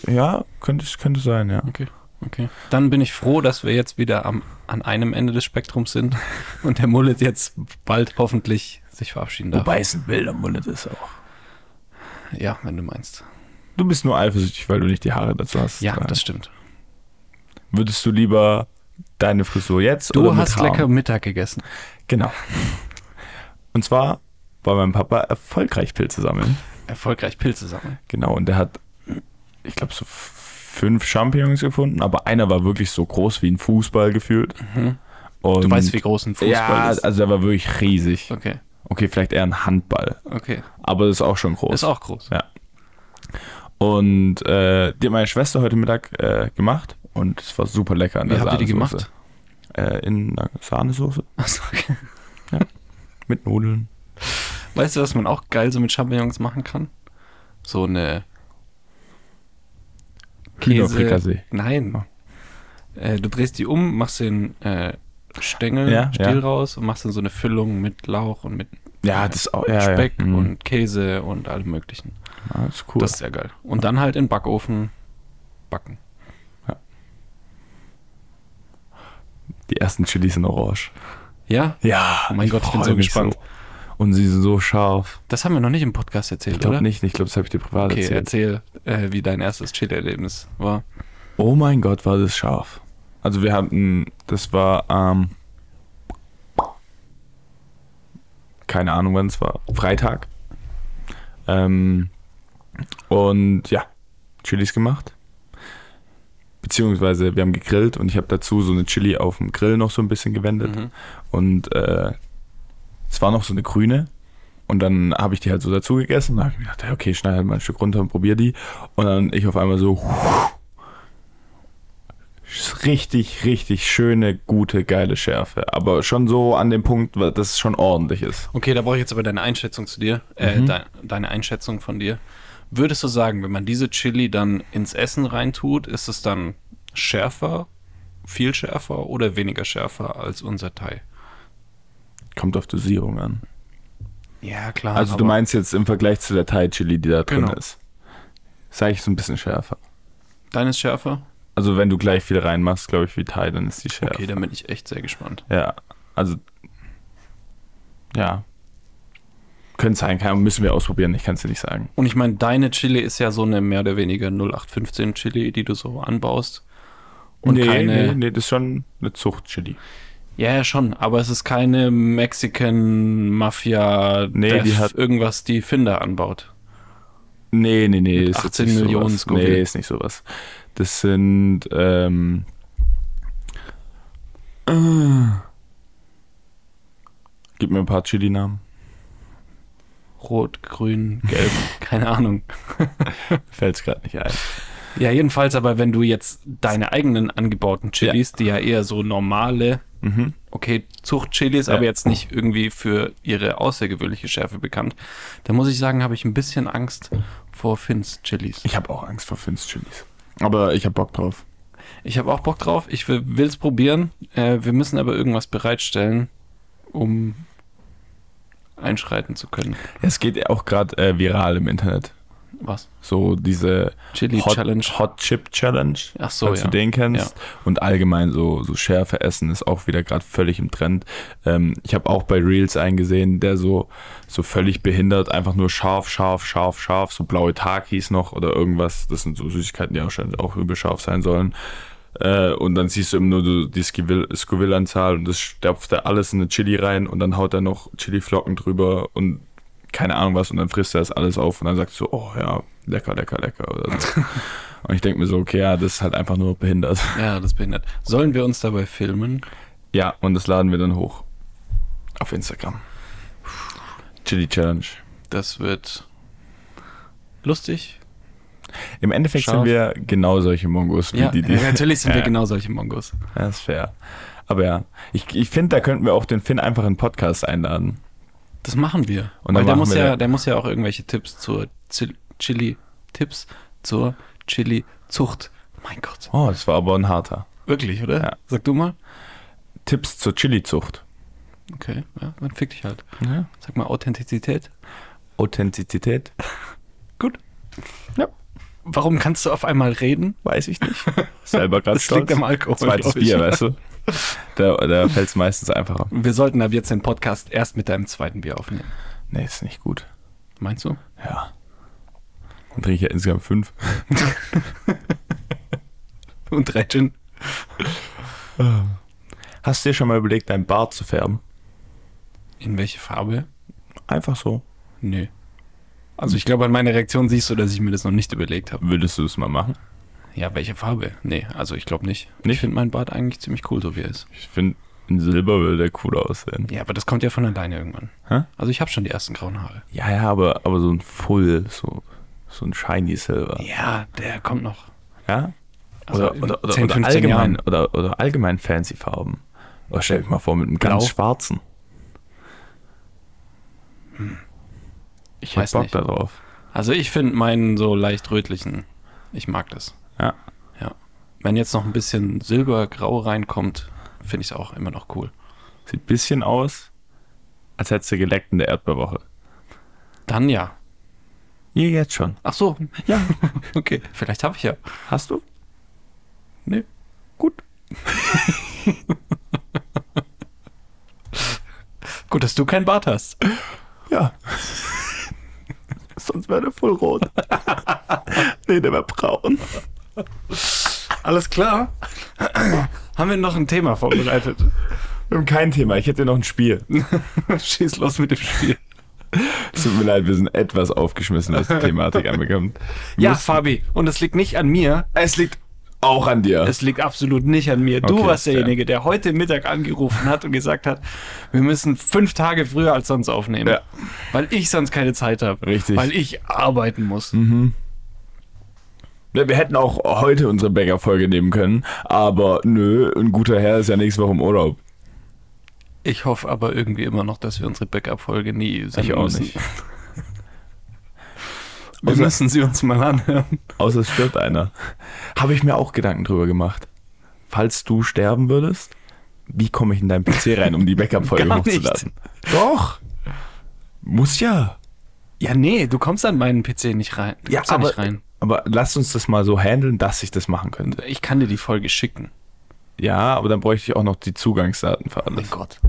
Speaker 1: Ja, könnte, könnte sein, ja.
Speaker 2: Okay, okay. Dann bin ich froh, dass wir jetzt wieder am, an einem Ende des Spektrums
Speaker 1: [LAUGHS]
Speaker 2: sind und der Mullet jetzt bald hoffentlich sich verabschieden darf.
Speaker 1: Wobei es ein wilder Mullet ist auch.
Speaker 2: Ja, wenn du meinst.
Speaker 1: Du bist nur eifersüchtig, weil du nicht die Haare dazu hast.
Speaker 2: Ja, das stimmt.
Speaker 1: Würdest du lieber deine Frisur jetzt oder
Speaker 2: Du
Speaker 1: mit
Speaker 2: hast
Speaker 1: Haaren?
Speaker 2: lecker Mittag gegessen.
Speaker 1: Genau. Und zwar war mein Papa erfolgreich Pilze sammeln.
Speaker 2: Erfolgreich Pilze sammeln.
Speaker 1: Genau, und der hat, ich glaube, so f- fünf Champignons gefunden, aber einer war wirklich so groß wie ein Fußball gefühlt. Und
Speaker 2: Mhm. Du weißt, wie groß ein Fußball
Speaker 1: ja,
Speaker 2: ist.
Speaker 1: also der war wirklich riesig.
Speaker 2: Okay,
Speaker 1: Okay, vielleicht eher ein Handball,
Speaker 2: okay.
Speaker 1: aber das ist auch schon groß.
Speaker 2: Ist auch groß.
Speaker 1: Ja. Und äh, die hat meine Schwester heute Mittag äh, gemacht und es war super lecker an
Speaker 2: Wie
Speaker 1: der
Speaker 2: habt ihr die
Speaker 1: Sahnesoße.
Speaker 2: gemacht? [LAUGHS]
Speaker 1: Äh, in einer Sahnesoße
Speaker 2: Achso, okay.
Speaker 1: mit Nudeln.
Speaker 2: Weißt du, was man auch geil so mit Champignons machen kann? So eine
Speaker 1: Hühnerfrikassee.
Speaker 2: Nein.
Speaker 1: Oh.
Speaker 2: Äh, du drehst die um, machst den äh, Stängel,
Speaker 1: Ja,
Speaker 2: Stiel
Speaker 1: ja.
Speaker 2: raus und machst dann so eine Füllung mit Lauch und mit
Speaker 1: Ja, das auch. Ja,
Speaker 2: Speck
Speaker 1: ja. Mhm.
Speaker 2: und Käse und allem möglichen.
Speaker 1: Ah, das ist cool.
Speaker 2: Das ist sehr geil. Und dann halt in Backofen backen.
Speaker 1: die ersten Chilis sind orange.
Speaker 2: Ja,
Speaker 1: Ja.
Speaker 2: Oh mein Gott, ich bin
Speaker 1: freu
Speaker 2: so
Speaker 1: mich
Speaker 2: gespannt.
Speaker 1: So. Und sie sind so scharf.
Speaker 2: das haben wir noch nicht im Podcast erzählt,
Speaker 1: Ich glaube
Speaker 2: oder?
Speaker 1: nicht, ich glaube, das habe ich dir privat
Speaker 2: Okay,
Speaker 1: erzählt.
Speaker 2: erzähl, äh, wie dein erstes Chili-Erlebnis war.
Speaker 1: Oh mein Gott, war das scharf. Also wir hatten, das war ähm, keine Ahnung, wann es war, Freitag. Ähm, und ja, Chilis gemacht. Beziehungsweise wir haben gegrillt und ich habe dazu so eine Chili auf dem Grill noch so ein bisschen gewendet.
Speaker 2: Mhm.
Speaker 1: Und äh, es war noch so eine grüne. Und dann habe ich die halt so dazu gegessen. Und dann habe ich mir gedacht, ja, okay, schneide halt mal ein Stück runter und probiere die. Und dann ich auf einmal so. Richtig, richtig schöne, gute, geile Schärfe. Aber schon so an dem Punkt, wa- dass es schon ordentlich ist.
Speaker 2: Okay, da brauche ich jetzt aber deine Einschätzung zu dir, äh,
Speaker 1: Mhm.
Speaker 2: dein, deine Einschätzung von dir. Würdest du sagen, wenn man diese Chili dann ins Essen reintut, ist es dann schärfer, viel schärfer oder weniger schärfer als unser Thai?
Speaker 1: Kommt auf Dosierung an.
Speaker 2: Ja, klar.
Speaker 1: Also du
Speaker 2: aber-
Speaker 1: meinst jetzt im Vergleich zu der Thai-Chili, die da drin
Speaker 2: Genau.
Speaker 1: ist. Sag ich so ein bisschen schärfer.
Speaker 2: Dein ist schärfer?
Speaker 1: Also wenn du gleich viel reinmachst, glaube ich, wie Thai, dann ist die schärfer.
Speaker 2: Okay, da bin ich echt sehr gespannt.
Speaker 1: Ja, also. Ja. Könnte sein, kann, müssen wir ausprobieren, ich kann es dir nicht sagen.
Speaker 2: Und ich meine, deine Chili ist ja so eine mehr oder weniger 0815 Chili, die du so anbaust. Und keine.
Speaker 1: nee, nee, das ist schon eine Zuchtchili.
Speaker 2: Ja, ja, schon, aber es ist keine Mexican Mafia
Speaker 1: Nee,
Speaker 2: Death,
Speaker 1: die hat-
Speaker 2: irgendwas, die Finder anbaut.
Speaker 1: Nee, nee, nee.
Speaker 2: Mit
Speaker 1: ist jetzt
Speaker 2: 18
Speaker 1: nicht
Speaker 2: Millionen
Speaker 1: sowas.
Speaker 2: Scoville.
Speaker 1: Nee, ist nicht sowas. Das sind. Ähm, äh, gib mir ein paar Chili-Namen.
Speaker 2: Rot, grün, gelb, [LAUGHS] keine Ahnung.
Speaker 1: Fällt es gerade nicht ein.
Speaker 2: Ja, jedenfalls aber, wenn du jetzt deine eigenen angebauten Chilis, die ja eher so normale,
Speaker 1: Mhm.
Speaker 2: okay, Zuchtchilis,
Speaker 1: Ja.
Speaker 2: aber jetzt nicht irgendwie für ihre außergewöhnliche Schärfe bekannt, dann muss ich sagen, habe ich ein bisschen Angst vor Finns Chilis.
Speaker 1: Ich habe auch Angst vor Finst-Chilis. Aber ich habe Bock drauf.
Speaker 2: Ich habe auch Bock drauf. Ich will es probieren. Äh, wir müssen aber irgendwas bereitstellen, um einschreiten zu können.
Speaker 1: Es geht auch gerade äh, viral im Internet.
Speaker 2: Was?
Speaker 1: So diese
Speaker 2: Chili
Speaker 1: Hot,
Speaker 2: Challenge.
Speaker 1: Hot Chip Challenge,
Speaker 2: Ach so,
Speaker 1: falls
Speaker 2: ja.
Speaker 1: du den kennst. Und allgemein so, so Schärfe essen ist auch wieder gerade völlig im Trend. Ähm, ich habe auch bei Reels eingesehen, der so, so völlig behindert, einfach nur scharf, scharf, scharf, scharf, so blaue Takis noch oder irgendwas. Das sind so Süßigkeiten, die auch, schon- auch übel scharf sein sollen. Äh, und dann siehst du immer nur so die Scoville- Scoville-Anzahl und das stopft er alles in eine Chili rein und dann haut er noch Chili-Flocken drüber und keine Ahnung was und dann frisst er das alles auf und dann sagst du, oh ja, lecker, lecker, lecker.
Speaker 2: [LAUGHS]
Speaker 1: Oder so. und ich denke mir so, okay, ja, das ist halt einfach nur behindert. [LAUGHS]
Speaker 2: Ja, das behindert. Sollen wir uns dabei filmen?
Speaker 1: Ja, und das laden wir dann hoch. Auf Instagram. Chili Challenge.
Speaker 2: Das wird lustig.
Speaker 1: Im Endeffekt
Speaker 2: Scharf.
Speaker 1: sind wir genau solche Mongos wie
Speaker 2: Ja,
Speaker 1: die, die.
Speaker 2: ja, natürlich sind wir
Speaker 1: [LAUGHS] Ja.
Speaker 2: genau solche Mongos.
Speaker 1: Ja, ist fair. Aber ja, ich, ich finde, da könnten wir auch den Finn einfach in den Podcast einladen.
Speaker 2: Das machen wir.
Speaker 1: Und dann
Speaker 2: Weil der
Speaker 1: machen
Speaker 2: muss
Speaker 1: wir-
Speaker 2: ja, der muss ja auch irgendwelche Tipps zur Zil- Chili, Tipps zur Chili Zucht. Mein Gott.
Speaker 1: Oh, das war aber ein harter.
Speaker 2: Wirklich, oder?
Speaker 1: Ja.
Speaker 2: Sag du mal.
Speaker 1: Tipps zur Chili-Zucht.
Speaker 2: Okay, ja, dann fick dich halt.
Speaker 1: Ja.
Speaker 2: Sag mal Authentizität.
Speaker 1: Authentizität?
Speaker 2: Warum kannst du auf einmal reden?
Speaker 1: Weiß ich nicht. Selber gerade
Speaker 2: Das liegt
Speaker 1: stolz.
Speaker 2: am Alkohol.
Speaker 1: Zweites
Speaker 2: glaub ich.
Speaker 1: Bier, weißt du? Da, da fällt es meistens einfacher.
Speaker 2: Wir sollten ab jetzt den Podcast erst mit deinem zweiten Bier aufnehmen.
Speaker 1: Nee, ist nicht gut.
Speaker 2: Meinst du?
Speaker 1: Ja. Dann trinke ich ja insgesamt fünf.
Speaker 2: Und drei Gin.
Speaker 1: Hast du dir schon mal überlegt, deinen Bart zu färben?
Speaker 2: In welche Farbe?
Speaker 1: Einfach so.
Speaker 2: Nö. Also ich glaube, an meiner Reaktion siehst du, dass ich mir das noch nicht überlegt habe.
Speaker 1: Würdest du es mal machen?
Speaker 2: Ja, welche Farbe? Nee, also ich glaube nicht.
Speaker 1: Nicht?
Speaker 2: Ich finde meinen Bart eigentlich ziemlich cool, so wie er ist.
Speaker 1: Ich finde, in Silber würde der cool aussehen.
Speaker 2: Ja, aber das kommt ja von alleine irgendwann.
Speaker 1: Hä?
Speaker 2: Also ich habe schon die ersten grauen Haare.
Speaker 1: Ja, ja, aber, aber so ein Full, so, So ein Shiny Silver.
Speaker 2: Ja, der kommt noch.
Speaker 1: Ja?
Speaker 2: Also
Speaker 1: Oder,
Speaker 2: in
Speaker 1: oder, oder,
Speaker 2: 10,
Speaker 1: oder
Speaker 2: 15
Speaker 1: allgemein,
Speaker 2: Jahren.
Speaker 1: oder, oder allgemein fancy Farben. Oder stell dich mal vor, mit einem ganz
Speaker 2: Blau.
Speaker 1: schwarzen. Ich hätte
Speaker 2: Weiß
Speaker 1: Bock
Speaker 2: nicht.
Speaker 1: darauf.
Speaker 2: Also ich finde meinen so leicht rötlichen. Ich mag das.
Speaker 1: Ja.
Speaker 2: Ja. Wenn jetzt noch ein bisschen silbergrau reinkommt, finde ich es auch immer noch cool.
Speaker 1: Sieht ein bisschen aus, als hättest du geleckt in der Erdbeerwoche.
Speaker 2: Dann ja.
Speaker 1: Ja, jetzt schon.
Speaker 2: Ach so,
Speaker 1: Ja,
Speaker 2: [LAUGHS] okay. Vielleicht habe ich ja.
Speaker 1: hast du?
Speaker 2: Nee.
Speaker 1: [LAUGHS] Gut.
Speaker 2: Gut, dass du kein Bart hast.
Speaker 1: Ja. Sonst wäre der voll rot. nee, der wäre braun.
Speaker 2: Alles klar. Haben wir noch ein Thema vorbereitet?
Speaker 1: Wir haben kein Thema. Ich hätte noch ein [LAUGHS] Spiel.
Speaker 2: Schieß los mit dem Spiel.
Speaker 1: Tut mir leid, wir sind etwas aufgeschmissen, was die Thematik anbekommt.
Speaker 2: [LAUGHS] Ja, Fabi. Und es liegt nicht an mir.
Speaker 1: Es liegt auch an dir.
Speaker 2: Es liegt absolut nicht an mir. Du
Speaker 1: Okay,
Speaker 2: warst
Speaker 1: fair.
Speaker 2: derjenige, der heute Mittag angerufen hat und gesagt hat, wir müssen fünf Tage früher als sonst aufnehmen.
Speaker 1: Ja.
Speaker 2: Weil ich sonst keine Zeit habe.
Speaker 1: Richtig.
Speaker 2: Weil ich arbeiten muss.
Speaker 1: Ja, wir hätten auch heute unsere Bäckerfolge nehmen können, aber nö, ein guter Herr ist ja nächste Woche im Urlaub.
Speaker 2: Ich hoffe aber irgendwie immer noch, dass wir unsere Backup-Folge nie senden müssen. [LAUGHS] Wir
Speaker 1: Außer-
Speaker 2: müssen sie uns mal anhören.
Speaker 1: Außer es stirbt einer. Habe ich mir auch Gedanken drüber gemacht. Falls du sterben würdest, wie komme ich in deinen PC rein, um die Backup-Folge
Speaker 2: Gar nicht.
Speaker 1: hochzuladen? Doch! Muss ja.
Speaker 2: Ja, nee, du kommst an meinen PC nicht rein. Du kommst da nicht rein.
Speaker 1: aber lasst uns das mal so handeln, dass ich das machen könnte.
Speaker 2: Ich kann dir die Folge schicken.
Speaker 1: Ja, aber dann bräuchte ich auch noch die Zugangsdaten für
Speaker 2: Mein
Speaker 1: alles.
Speaker 2: Gott.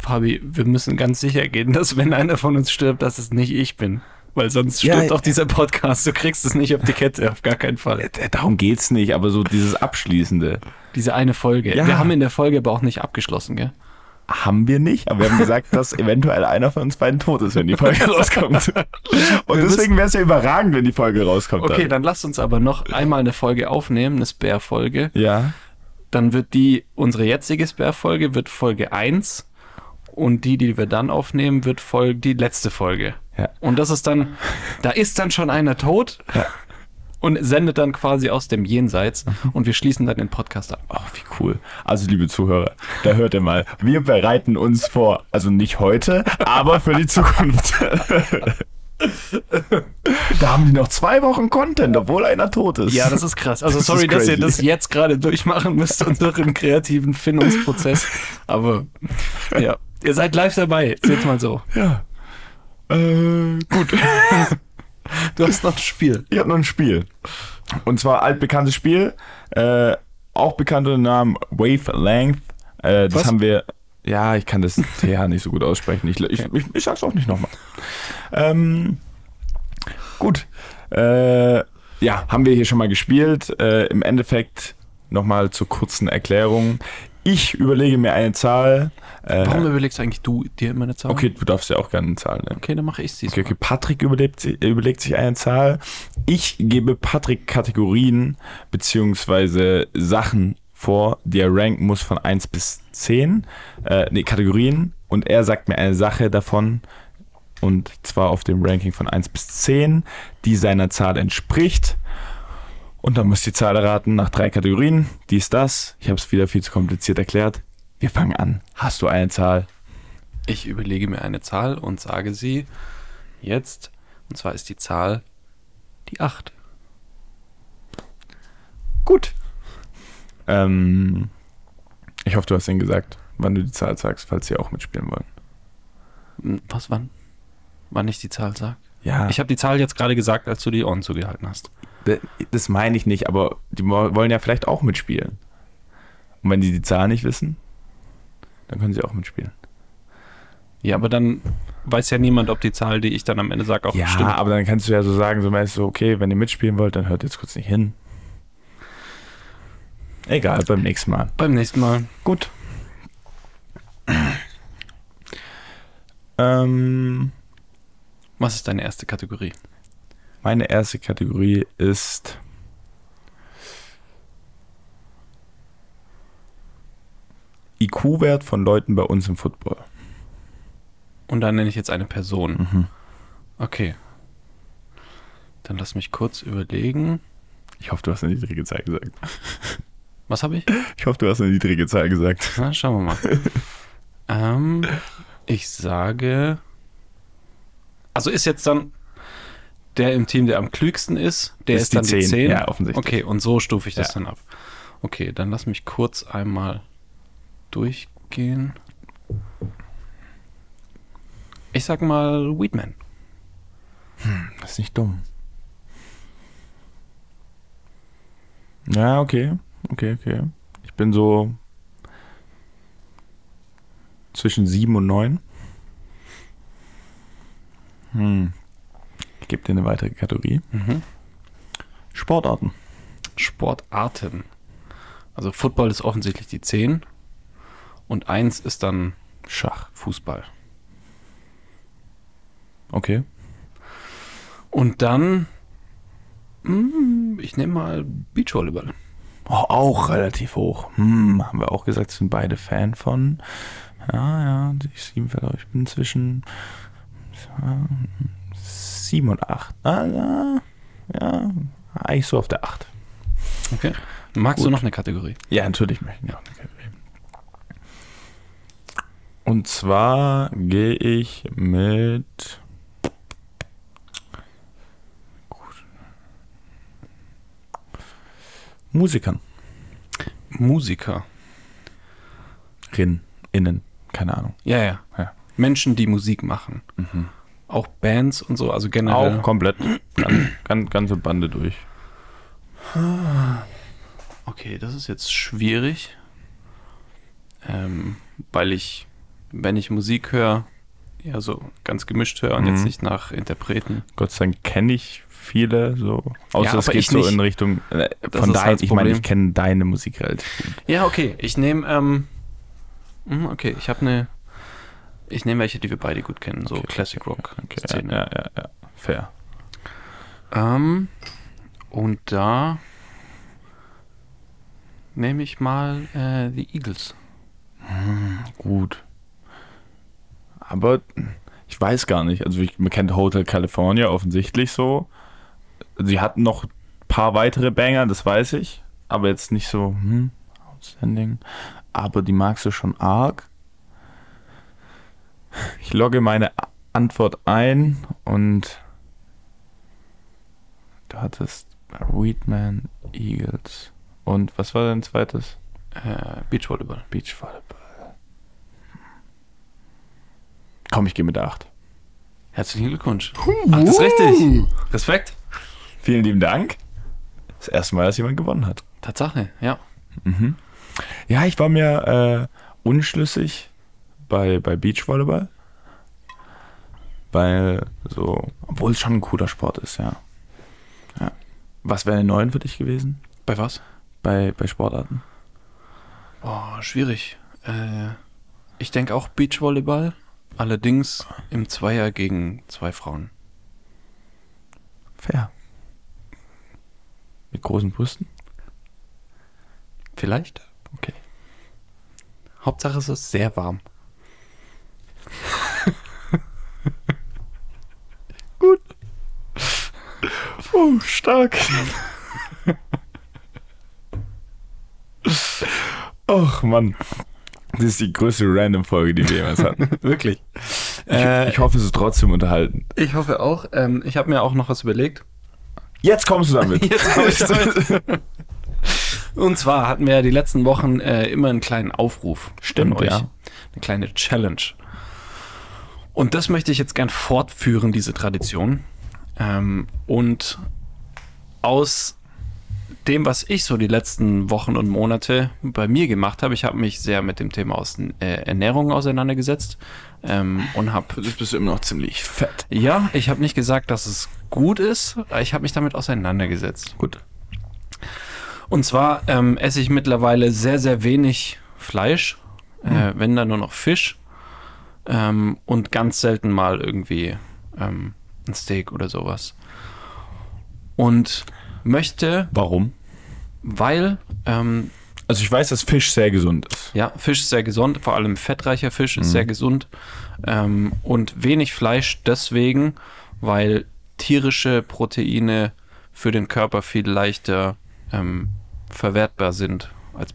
Speaker 2: Fabi, wir müssen ganz sicher gehen, dass wenn einer von uns stirbt, dass es nicht ich bin. Weil sonst
Speaker 1: Ja,
Speaker 2: stirbt
Speaker 1: ja.
Speaker 2: auch dieser Podcast. Du kriegst es nicht auf die Kette, auf gar keinen Fall.
Speaker 1: Äh, D- Darum geht's nicht, aber so dieses Abschließende.
Speaker 2: Diese eine Folge.
Speaker 1: Ja.
Speaker 2: Wir haben in der Folge aber auch nicht abgeschlossen, gell?
Speaker 1: Haben wir nicht, aber wir haben gesagt, dass eventuell einer von uns beiden tot ist, wenn die Folge [LAUGHS] rauskommt. Und
Speaker 2: Wir
Speaker 1: deswegen wäre es ja überragend, wenn die Folge rauskommt.
Speaker 2: Okay, dann lasst uns aber noch einmal eine Folge aufnehmen, eine Spare-Folge.
Speaker 1: Dann. Ja.
Speaker 2: Dann wird die, unsere jetzige Spare-Folge wird Folge 1 und die, die wir dann aufnehmen, wird Folge, die letzte Folge.
Speaker 1: Ja.
Speaker 2: Und das ist dann, da ist dann schon einer tot und sendet dann quasi aus dem Jenseits und wir schließen dann den Podcast ab.
Speaker 1: Ach, wie cool. Also, liebe Zuhörer, da hört ihr mal. Wir bereiten uns vor. Also nicht heute, aber für die Zukunft. [LAUGHS] da haben die noch zwei Wochen Content, obwohl einer tot ist.
Speaker 2: Ja, das ist krass. Also
Speaker 1: Das
Speaker 2: sorry,
Speaker 1: ist
Speaker 2: dass ihr
Speaker 1: crazy.
Speaker 2: das jetzt gerade durchmachen müsst, unseren kreativen Findungsprozess. Aber ja, ihr seid live dabei, seht mal so.
Speaker 1: Ja. Äh, gut.
Speaker 2: Du hast noch ein Spiel.
Speaker 1: Ich habe noch ein Spiel. Und zwar altbekanntes Spiel, äh, auch bekannt unter dem Namen Wavelength. Äh, das
Speaker 2: Was?
Speaker 1: haben wir. Ja, ich kann das TH nicht so gut aussprechen. Ich, ich, ich, ich sag's auch nicht nochmal. Ähm, gut. Äh, ja, haben wir hier schon mal gespielt. Äh, Im Endeffekt nochmal zur kurzen Erklärung. Ich überlege mir eine Zahl. Äh,
Speaker 2: Warum überlegst du eigentlich du dir immer eine Zahl?
Speaker 1: Okay, du darfst ja auch gerne eine Zahl nennen.
Speaker 2: Okay, dann mache ich sie.
Speaker 1: Okay, okay. Patrick überlebt, si- überlegt sich eine Zahl. Ich gebe Patrick Kategorien beziehungsweise Sachen vor. Der Rank muss von 1 bis 10. Äh, nee, Kategorien. Und er sagt mir eine Sache davon. Und zwar auf dem Ranking von 1 bis 10, die seiner Zahl entspricht. Und dann müsst ihr die Zahl erraten nach drei Kategorien. Dies, das. Ich habe es wieder viel zu kompliziert erklärt. Wir fangen an. Hast du eine Zahl?
Speaker 2: Ich überlege mir eine Zahl und sage sie jetzt. Und zwar ist die Zahl die 8.
Speaker 1: Gut. Ähm, ich hoffe, du hast ihnen gesagt, wann du die Zahl sagst, falls sie auch mitspielen wollen.
Speaker 2: Hm, Was, wann? Wann ich die Zahl sage?
Speaker 1: Ja,
Speaker 2: Ich habe die Zahl jetzt gerade gesagt, als du die Ohren zugehalten hast.
Speaker 1: d- das meine ich nicht, aber die mo- wollen ja vielleicht auch mitspielen. Und wenn die die Zahl nicht wissen, dann können sie auch mitspielen.
Speaker 2: Ja, aber dann weiß ja niemand, ob die Zahl, die ich dann am Ende sage, auch
Speaker 1: ja,
Speaker 2: stimmt.
Speaker 1: aber dann kannst du ja so sagen, so meinst du, okay, wenn ihr mitspielen wollt, dann hört jetzt kurz nicht hin. Egal, beim nächsten Mal.
Speaker 2: Beim nächsten Mal.
Speaker 1: Gut. [CLEARS THROAT] Ähm,
Speaker 2: Was ist deine erste Kategorie?
Speaker 1: Meine erste Kategorie ist. IQ-Wert von Leuten bei uns im Football.
Speaker 2: Mhm. Und dann nenne ich jetzt eine Person. Okay. Dann lass mich kurz überlegen.
Speaker 1: Ich hoffe, du hast eine niedrige Zahl gesagt.
Speaker 2: Was habe ich?
Speaker 1: Ich hoffe, du hast eine niedrige Zahl gesagt.
Speaker 2: Na, schauen wir
Speaker 1: [LAUGHS]
Speaker 2: mal. ähm, ich sage. Also ist jetzt dann der im Team, der am klügsten ist, der ist, dann die 10.
Speaker 1: Ja, offensichtlich.
Speaker 2: Okay, und so stufe ich das
Speaker 1: Ja.
Speaker 2: dann ab. Okay, dann lass mich kurz einmal durchgehen. Ich sag mal Weedman.
Speaker 1: Das ist nicht dumm. Ja, okay. Okay, okay. Ich bin so zwischen 7 und 9. Hm. Ich gebe dir eine weitere Kategorie. Sportarten.
Speaker 2: Sportarten. Also Football ist offensichtlich die 10 und 1 ist dann Schach, Fußball.
Speaker 1: Okay.
Speaker 2: Und dann, mm, ich nehme mal Beachvolleyball.
Speaker 1: Oh, auch relativ hoch. Hm, haben wir auch gesagt, sind beide Fan von. Ja, ja, ich, sieben, ich bin zwischen ja, sieben und acht. Ah, ja, ja, eigentlich so auf der acht.
Speaker 2: Okay. Magst du
Speaker 1: Gut.
Speaker 2: noch eine Kategorie?
Speaker 1: Ja, natürlich möchte ich auch eine Kategorie. Und zwar gehe ich mit. Gut. Musikern.
Speaker 2: Musiker.
Speaker 1: Rin, innen, keine Ahnung.
Speaker 2: Ja, ja. Mhm.
Speaker 1: Ja.
Speaker 2: Menschen, die Musik machen. Auch Bands und so, also generell.
Speaker 1: Auch komplett. Ganz, ganz, ganze Bande durch.
Speaker 2: Okay, das ist jetzt schwierig, ähm, weil ich, wenn ich Musik höre, ja so ganz gemischt höre und
Speaker 1: Mhm.
Speaker 2: jetzt nicht nach Interpreten.
Speaker 1: Gott sei Dank kenne ich viele so. Außer
Speaker 2: aber
Speaker 1: es geht
Speaker 2: ich
Speaker 1: so
Speaker 2: nicht.
Speaker 1: in Richtung. Äh,
Speaker 2: Das
Speaker 1: von
Speaker 2: ist
Speaker 1: daher,
Speaker 2: halt das
Speaker 1: ich meine, ich
Speaker 2: Problem.
Speaker 1: kenne deine Musik halt.
Speaker 2: Ja, okay, ich nehme, ähm, mm, okay, ich habe eine, ich nehme welche, die wir beide gut kennen, so Classic Rock
Speaker 1: Okay, ja,
Speaker 2: Szene.
Speaker 1: ja, ja, ja. Fair.
Speaker 2: Ähm, und da nehme ich mal äh, die Eagles.
Speaker 1: Gut. Aber ich weiß gar nicht. Also ich, man kennt Hotel California offensichtlich so. Sie hatten noch ein paar weitere Banger, das weiß ich. Aber jetzt nicht so, hm, outstanding. Aber die magst du schon arg. Ich logge meine A- Antwort ein und du hattest Weedman, Eagles. Und was war dein zweites?
Speaker 2: Äh, Beachvolleyball.
Speaker 1: Beachvolleyball. Komm, ich gehe mit 8.
Speaker 2: Herzlichen Glückwunsch. Ach, das ist richtig. Respekt.
Speaker 1: Vielen lieben Dank. Das erste Mal, dass jemand gewonnen hat.
Speaker 2: Tatsache, ja.
Speaker 1: Ja, ich war mir äh, unschlüssig bei, bei Beachvolleyball. Weil so, obwohl es schon ein cooler Sport ist, ja. ja. Was wäre eine 9 für dich gewesen
Speaker 2: Bei was?
Speaker 1: bei, bei Sportarten?
Speaker 2: Oh, schwierig. Äh, ich denke auch Beachvolleyball, allerdings im Zweier gegen zwei Frauen.
Speaker 1: Fair. Mit großen Brüsten?
Speaker 2: Vielleicht?
Speaker 1: Okay.
Speaker 2: Hauptsache es ist sehr warm.
Speaker 1: Oh, stark. Och, Mann. Das ist die größte Random-Folge, die wir jemals [LAUGHS] hatten.
Speaker 2: Wirklich.
Speaker 1: Ich, ich hoffe, es ist trotzdem unterhalten.
Speaker 2: Ich hoffe auch. Ähm, ich habe mir auch noch was überlegt.
Speaker 1: Jetzt kommst du damit. [LAUGHS]
Speaker 2: Jetzt komm ich damit. Und zwar hatten wir ja die letzten Wochen äh, immer einen kleinen Aufruf.
Speaker 1: Stimmt,
Speaker 2: an euch.
Speaker 1: ja.
Speaker 2: Eine kleine Challenge. Und das möchte ich jetzt gern fortführen, diese Tradition. Ähm, und aus dem, was ich so die letzten Wochen und Monate bei mir gemacht habe, ich habe mich sehr mit dem Thema aus, äh, Ernährung auseinandergesetzt ähm, und habe
Speaker 1: Jetzt bist du immer noch ziemlich fett.
Speaker 2: ja, ich habe nicht gesagt, dass es gut ist. Ich habe mich damit auseinandergesetzt.
Speaker 1: Gut.
Speaker 2: Und zwar ähm, esse ich mittlerweile sehr, sehr wenig Fleisch, äh, wenn dann nur noch Fisch ähm, und ganz selten mal irgendwie ähm, ein Steak oder sowas. Und möchte,
Speaker 1: Warum?
Speaker 2: weil ähm,
Speaker 1: Also ich weiß, dass Fisch sehr gesund ist.
Speaker 2: Ja, Fisch ist sehr gesund, vor allem fettreicher Fisch ist sehr gesund ähm, und wenig Fleisch deswegen, weil tierische Proteine für den Körper viel leichter ähm, verwertbar sind als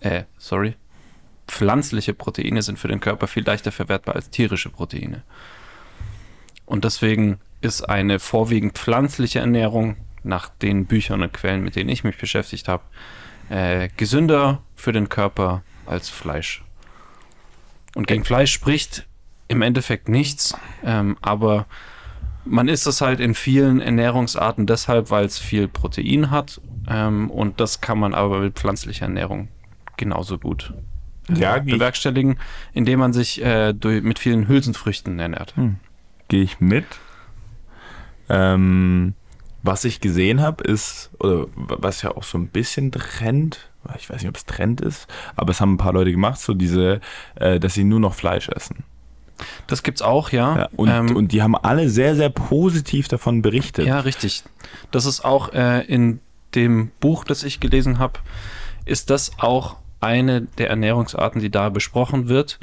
Speaker 2: äh, sorry. Pflanzliche Proteine sind für den Körper viel leichter verwertbar als tierische Proteine. Und deswegen ist eine vorwiegend pflanzliche Ernährung nach den Büchern und Quellen, mit denen ich mich beschäftigt habe, äh, gesünder für den Körper als Fleisch. Und gegen Fleisch spricht im Endeffekt nichts, ähm, aber man isst es halt in vielen Ernährungsarten deshalb, weil es viel Protein hat ähm, und das kann man aber mit pflanzlicher Ernährung genauso gut äh,
Speaker 1: Ja, gehe ich,
Speaker 2: bewerkstelligen, indem man sich äh, durch, mit vielen Hülsenfrüchten ernährt.
Speaker 1: Hm. geh ich mit. Ähm, was ich gesehen habe, ist, oder was ja auch so ein bisschen Trend, ich weiß nicht, ob es Trend ist, aber es haben ein paar Leute gemacht, so diese, äh, dass sie nur noch Fleisch essen.
Speaker 2: Das gibt's auch, ja.
Speaker 1: Ja, und,
Speaker 2: Ähm,
Speaker 1: und die haben alle sehr, sehr positiv davon berichtet.
Speaker 2: Ja, richtig. Das ist auch äh, in dem Buch, das ich gelesen habe, ist das auch eine der Ernährungsarten, die da besprochen wird,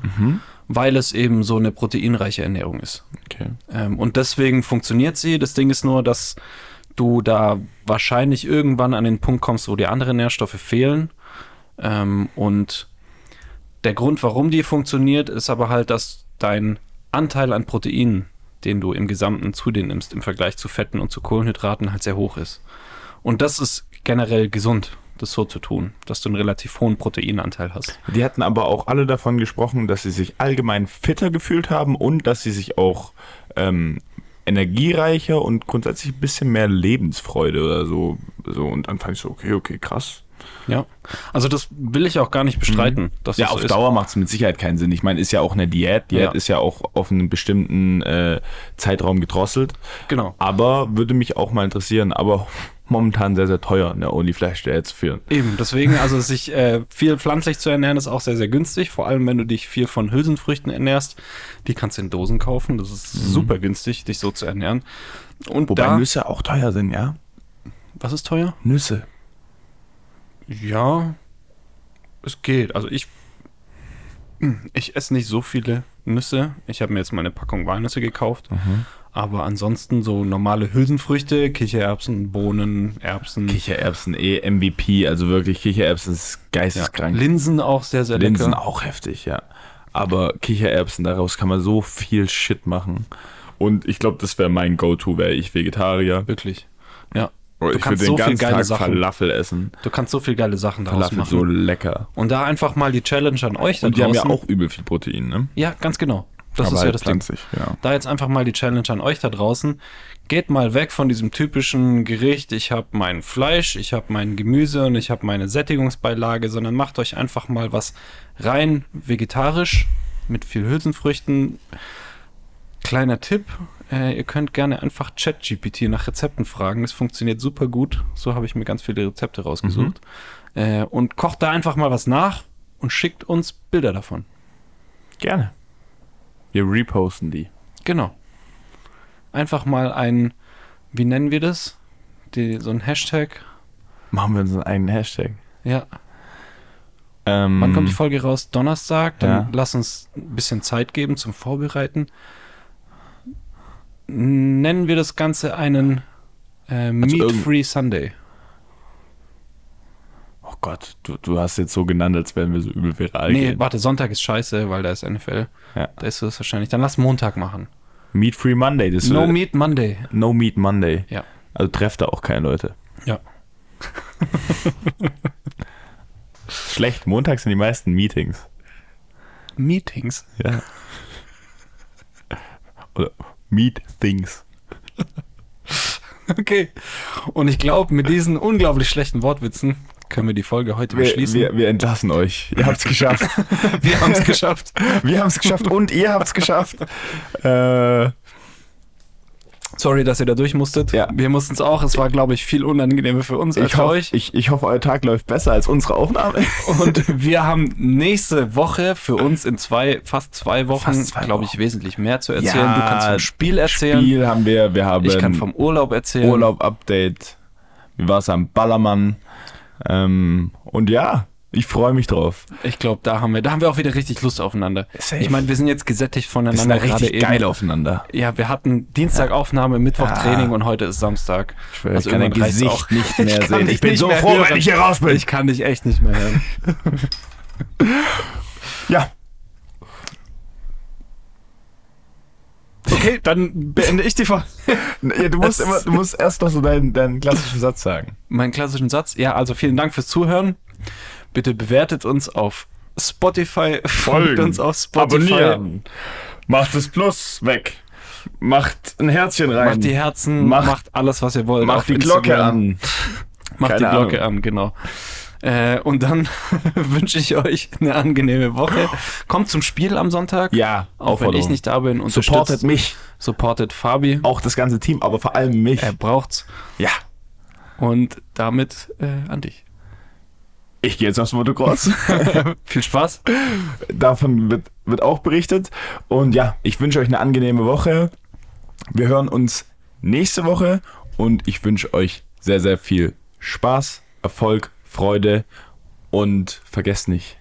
Speaker 2: weil es eben so eine proteinreiche Ernährung ist.
Speaker 1: Okay.
Speaker 2: Ähm, und deswegen funktioniert sie. Das Ding ist nur, dass du da wahrscheinlich irgendwann an den Punkt kommst, wo dir andere Nährstoffe fehlen. Ähm, und der Grund, warum die funktioniert, ist aber halt, dass dein Anteil an Proteinen, den du im Gesamten zu dir nimmst, im Vergleich zu Fetten und zu Kohlenhydraten halt sehr hoch ist. Und das ist generell gesund, das so zu tun, dass du einen relativ hohen Proteinanteil hast.
Speaker 1: Die hatten aber auch alle davon gesprochen, dass sie sich allgemein fitter gefühlt haben und dass sie sich auch ähm, energiereicher und grundsätzlich ein bisschen mehr Lebensfreude oder so. so und dann fand ich so, okay, okay, krass.
Speaker 2: Ja. Also das will ich auch gar nicht bestreiten. Dass
Speaker 1: Mhm. Ja,
Speaker 2: das so
Speaker 1: auf
Speaker 2: ist.
Speaker 1: Dauer macht es mit Sicherheit keinen Sinn. Ich meine, ist ja auch eine Diät. Diät
Speaker 2: Ja.
Speaker 1: ist ja auch auf einen bestimmten äh, Zeitraum gedrosselt.
Speaker 2: Genau.
Speaker 1: Aber würde mich auch mal interessieren. Aber [LAUGHS] momentan sehr, sehr teuer, eine Only-Flash-Diät zu führen.
Speaker 2: Eben, deswegen, also sich äh, viel pflanzlich zu ernähren, ist auch sehr, sehr günstig. Vor allem, wenn du dich viel von Hülsenfrüchten ernährst. Die kannst du in Dosen kaufen. Das ist super günstig, dich so zu ernähren. Und
Speaker 1: Wobei
Speaker 2: da,
Speaker 1: Nüsse auch teuer sind, ja?
Speaker 2: was ist teuer?
Speaker 1: Nüsse.
Speaker 2: Ja, es geht. Also ich, hm, ich esse nicht so viele Nüsse. Ich habe mir jetzt mal eine Packung Walnüsse gekauft. Aber ansonsten so normale Hülsenfrüchte, Kichererbsen, Bohnen, Erbsen.
Speaker 1: Kichererbsen eh MVP, also wirklich Kichererbsen ist
Speaker 2: ja.
Speaker 1: geisteskrank.
Speaker 2: Linsen auch sehr, sehr lecker.
Speaker 1: Linsen auch heftig, ja. Aber Kichererbsen, daraus kann man so viel Shit machen. Und ich glaube, das wäre mein Go-To, wäre ich Vegetarier.
Speaker 2: Wirklich. Ja.
Speaker 1: Oder
Speaker 2: Du
Speaker 1: Oh, ich
Speaker 2: kannst
Speaker 1: würde
Speaker 2: so
Speaker 1: den
Speaker 2: viel
Speaker 1: ganzen
Speaker 2: geile
Speaker 1: Tag
Speaker 2: Sachen.
Speaker 1: Falafel essen.
Speaker 2: Du kannst so viel geile Sachen daraus
Speaker 1: Falafel
Speaker 2: machen.
Speaker 1: so lecker.
Speaker 2: Und da einfach mal die Challenge an euch da
Speaker 1: Und die haben
Speaker 2: draußen.
Speaker 1: ja auch übel viel Protein, ne?
Speaker 2: Ja, ganz genau. Das
Speaker 1: Aber
Speaker 2: ist ja
Speaker 1: halt
Speaker 2: das Ding.
Speaker 1: pflanzlich, ja.
Speaker 2: Da jetzt einfach mal die Challenge an euch da draußen. Geht mal weg von diesem typischen Gericht, ich habe mein Fleisch, ich habe mein Gemüse und ich habe meine Sättigungsbeilage, sondern macht euch einfach mal was rein vegetarisch mit viel Hülsenfrüchten. Kleiner Tipp, äh, ihr könnt gerne einfach ChatGPT nach Rezepten fragen. Das funktioniert super gut. So habe ich mir ganz viele Rezepte rausgesucht. Äh, und kocht da einfach mal was nach und schickt uns Bilder davon.
Speaker 1: Gerne. Wir reposten die.
Speaker 2: Genau. Einfach mal ein, wie nennen wir das? Die, so ein Hashtag.
Speaker 1: Machen wir uns einen eigenen Hashtag.
Speaker 2: Ja.
Speaker 1: Ähm,
Speaker 2: Wann kommt die Folge raus? Donnerstag. Dann
Speaker 1: Ja.
Speaker 2: lass uns ein bisschen Zeit geben zum Vorbereiten. Nennen wir das Ganze einen äh,
Speaker 1: Also irgend-
Speaker 2: Meat-Free Sunday.
Speaker 1: oh Gott, du, du hast jetzt so genannt, als wären wir so übel viral
Speaker 2: Nee,
Speaker 1: gehen.
Speaker 2: warte, Sonntag ist scheiße, weil da ist NFL.
Speaker 1: Ja.
Speaker 2: Da ist es wahrscheinlich. Dann lass Montag machen.
Speaker 1: Meat Free Monday, das
Speaker 2: No
Speaker 1: wird-
Speaker 2: Meat Monday.
Speaker 1: no Meat Monday.
Speaker 2: Ja.
Speaker 1: Also trefft da auch keine Leute.
Speaker 2: Ja.
Speaker 1: Schlecht, montags sind die meisten Meetings.
Speaker 2: Meetings.
Speaker 1: [LAUGHS] Ja. Oder Meet Things.
Speaker 2: Okay. Und ich glaube, mit diesen unglaublich schlechten Wortwitzen können wir die Folge heute
Speaker 1: Wir,
Speaker 2: beschließen.
Speaker 1: wir, wir entlassen euch. Ihr habt's geschafft. [LAUGHS]
Speaker 2: Wir haben es geschafft.
Speaker 1: wir haben's geschafft und ihr habt's [LAUGHS] geschafft. Äh,
Speaker 2: Sorry, dass ihr da durch musstet.
Speaker 1: Ja.
Speaker 2: Wir mussten es auch. Es war, glaube ich, viel unangenehmer für uns als
Speaker 1: ich,
Speaker 2: für
Speaker 1: hoffe,
Speaker 2: euch.
Speaker 1: ich, ich hoffe, euer Tag läuft besser als unsere Aufnahme.
Speaker 2: Und wir haben nächste Woche für uns in zwei, fast zwei Wochen,
Speaker 1: Fast zwei
Speaker 2: glaube ich,
Speaker 1: Wochen.
Speaker 2: wesentlich mehr zu erzählen.
Speaker 1: Ja,
Speaker 2: du kannst vom Spiel erzählen.
Speaker 1: Spiel haben wir. Wir haben
Speaker 2: Ich kann vom Urlaub erzählen.
Speaker 1: Urlaub-Update. Wie war's am Ballermann? Ähm, und ja, Ich freue mich drauf.
Speaker 2: Ich glaube, da haben wir, da haben wir auch wieder richtig Lust aufeinander.
Speaker 1: Safe.
Speaker 2: Ich meine, wir sind jetzt gesättigt
Speaker 1: Wir sind
Speaker 2: voneinander
Speaker 1: da richtig
Speaker 2: gerade
Speaker 1: geil
Speaker 2: eben.
Speaker 1: aufeinander.
Speaker 2: Ja, wir hatten Dienstag Aufnahme, Mittwoch
Speaker 1: Ja.
Speaker 2: Training und heute ist Samstag. Also
Speaker 1: schwöre, Ah. ich kann dein
Speaker 2: irgendwann reicht's
Speaker 1: Also
Speaker 2: [LAUGHS]
Speaker 1: Gesicht nicht mehr
Speaker 2: kann
Speaker 1: sehen.
Speaker 2: dich
Speaker 1: Ich bin
Speaker 2: nicht
Speaker 1: so
Speaker 2: mehr
Speaker 1: froh,
Speaker 2: hören.
Speaker 1: wenn ich hier raus bin.
Speaker 2: Ich kann dich echt nicht mehr hören.
Speaker 1: Ja.
Speaker 2: Okay, dann beende ich die Folge.
Speaker 1: ja du, musst
Speaker 2: Es-
Speaker 1: immer, du musst erst noch so deinen, deinen klassischen Satz sagen.
Speaker 2: meinen klassischen Satz. Ja, also vielen Dank fürs Zuhören. Bitte bewertet uns auf Spotify, [LAUGHS] folgt uns auf Spotify,
Speaker 1: Abonnieren. Macht das Plus weg. Macht ein Herzchen rein.
Speaker 2: macht die Herzen,
Speaker 1: Macht-
Speaker 2: macht, alles, was ihr wollt. auf
Speaker 1: Macht die
Speaker 2: Instagram.
Speaker 1: Glocke an.
Speaker 2: Macht die
Speaker 1: Keine
Speaker 2: Glocke an, genau. Äh, und dann [LAUGHS] wünsche ich euch eine angenehme Woche. Kommt zum Spiel am Sonntag.
Speaker 1: Ja,
Speaker 2: auch wenn ich nicht da bin. Unterstützt,
Speaker 1: Supportet mich,
Speaker 2: supportet Fabi.
Speaker 1: auch das ganze Team, aber vor allem mich.
Speaker 2: Er braucht's.
Speaker 1: ja.
Speaker 2: Und damit äh, an dich.
Speaker 1: Ich gehe jetzt
Speaker 2: [LAUGHS]
Speaker 1: aufs Motocross.
Speaker 2: Viel Spaß.
Speaker 1: Davon wird, wird auch berichtet. Und ja, ich wünsche euch eine angenehme Woche. Wir hören uns nächste Woche und ich wünsche euch sehr, sehr viel Spaß, Erfolg, Freude und vergesst nicht,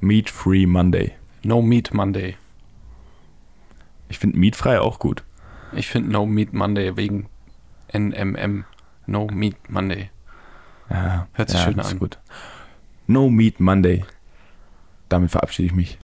Speaker 1: Meat Free Monday.
Speaker 2: No Meat Monday.
Speaker 1: Ich finde Meat Frei auch gut.
Speaker 2: Ich finde No Meat Monday wegen NMM. No Meat Monday.
Speaker 1: Ja,
Speaker 2: Hört sich schön
Speaker 1: ist
Speaker 2: an.
Speaker 1: Gut. No Meat Monday. Damit verabschiede ich mich.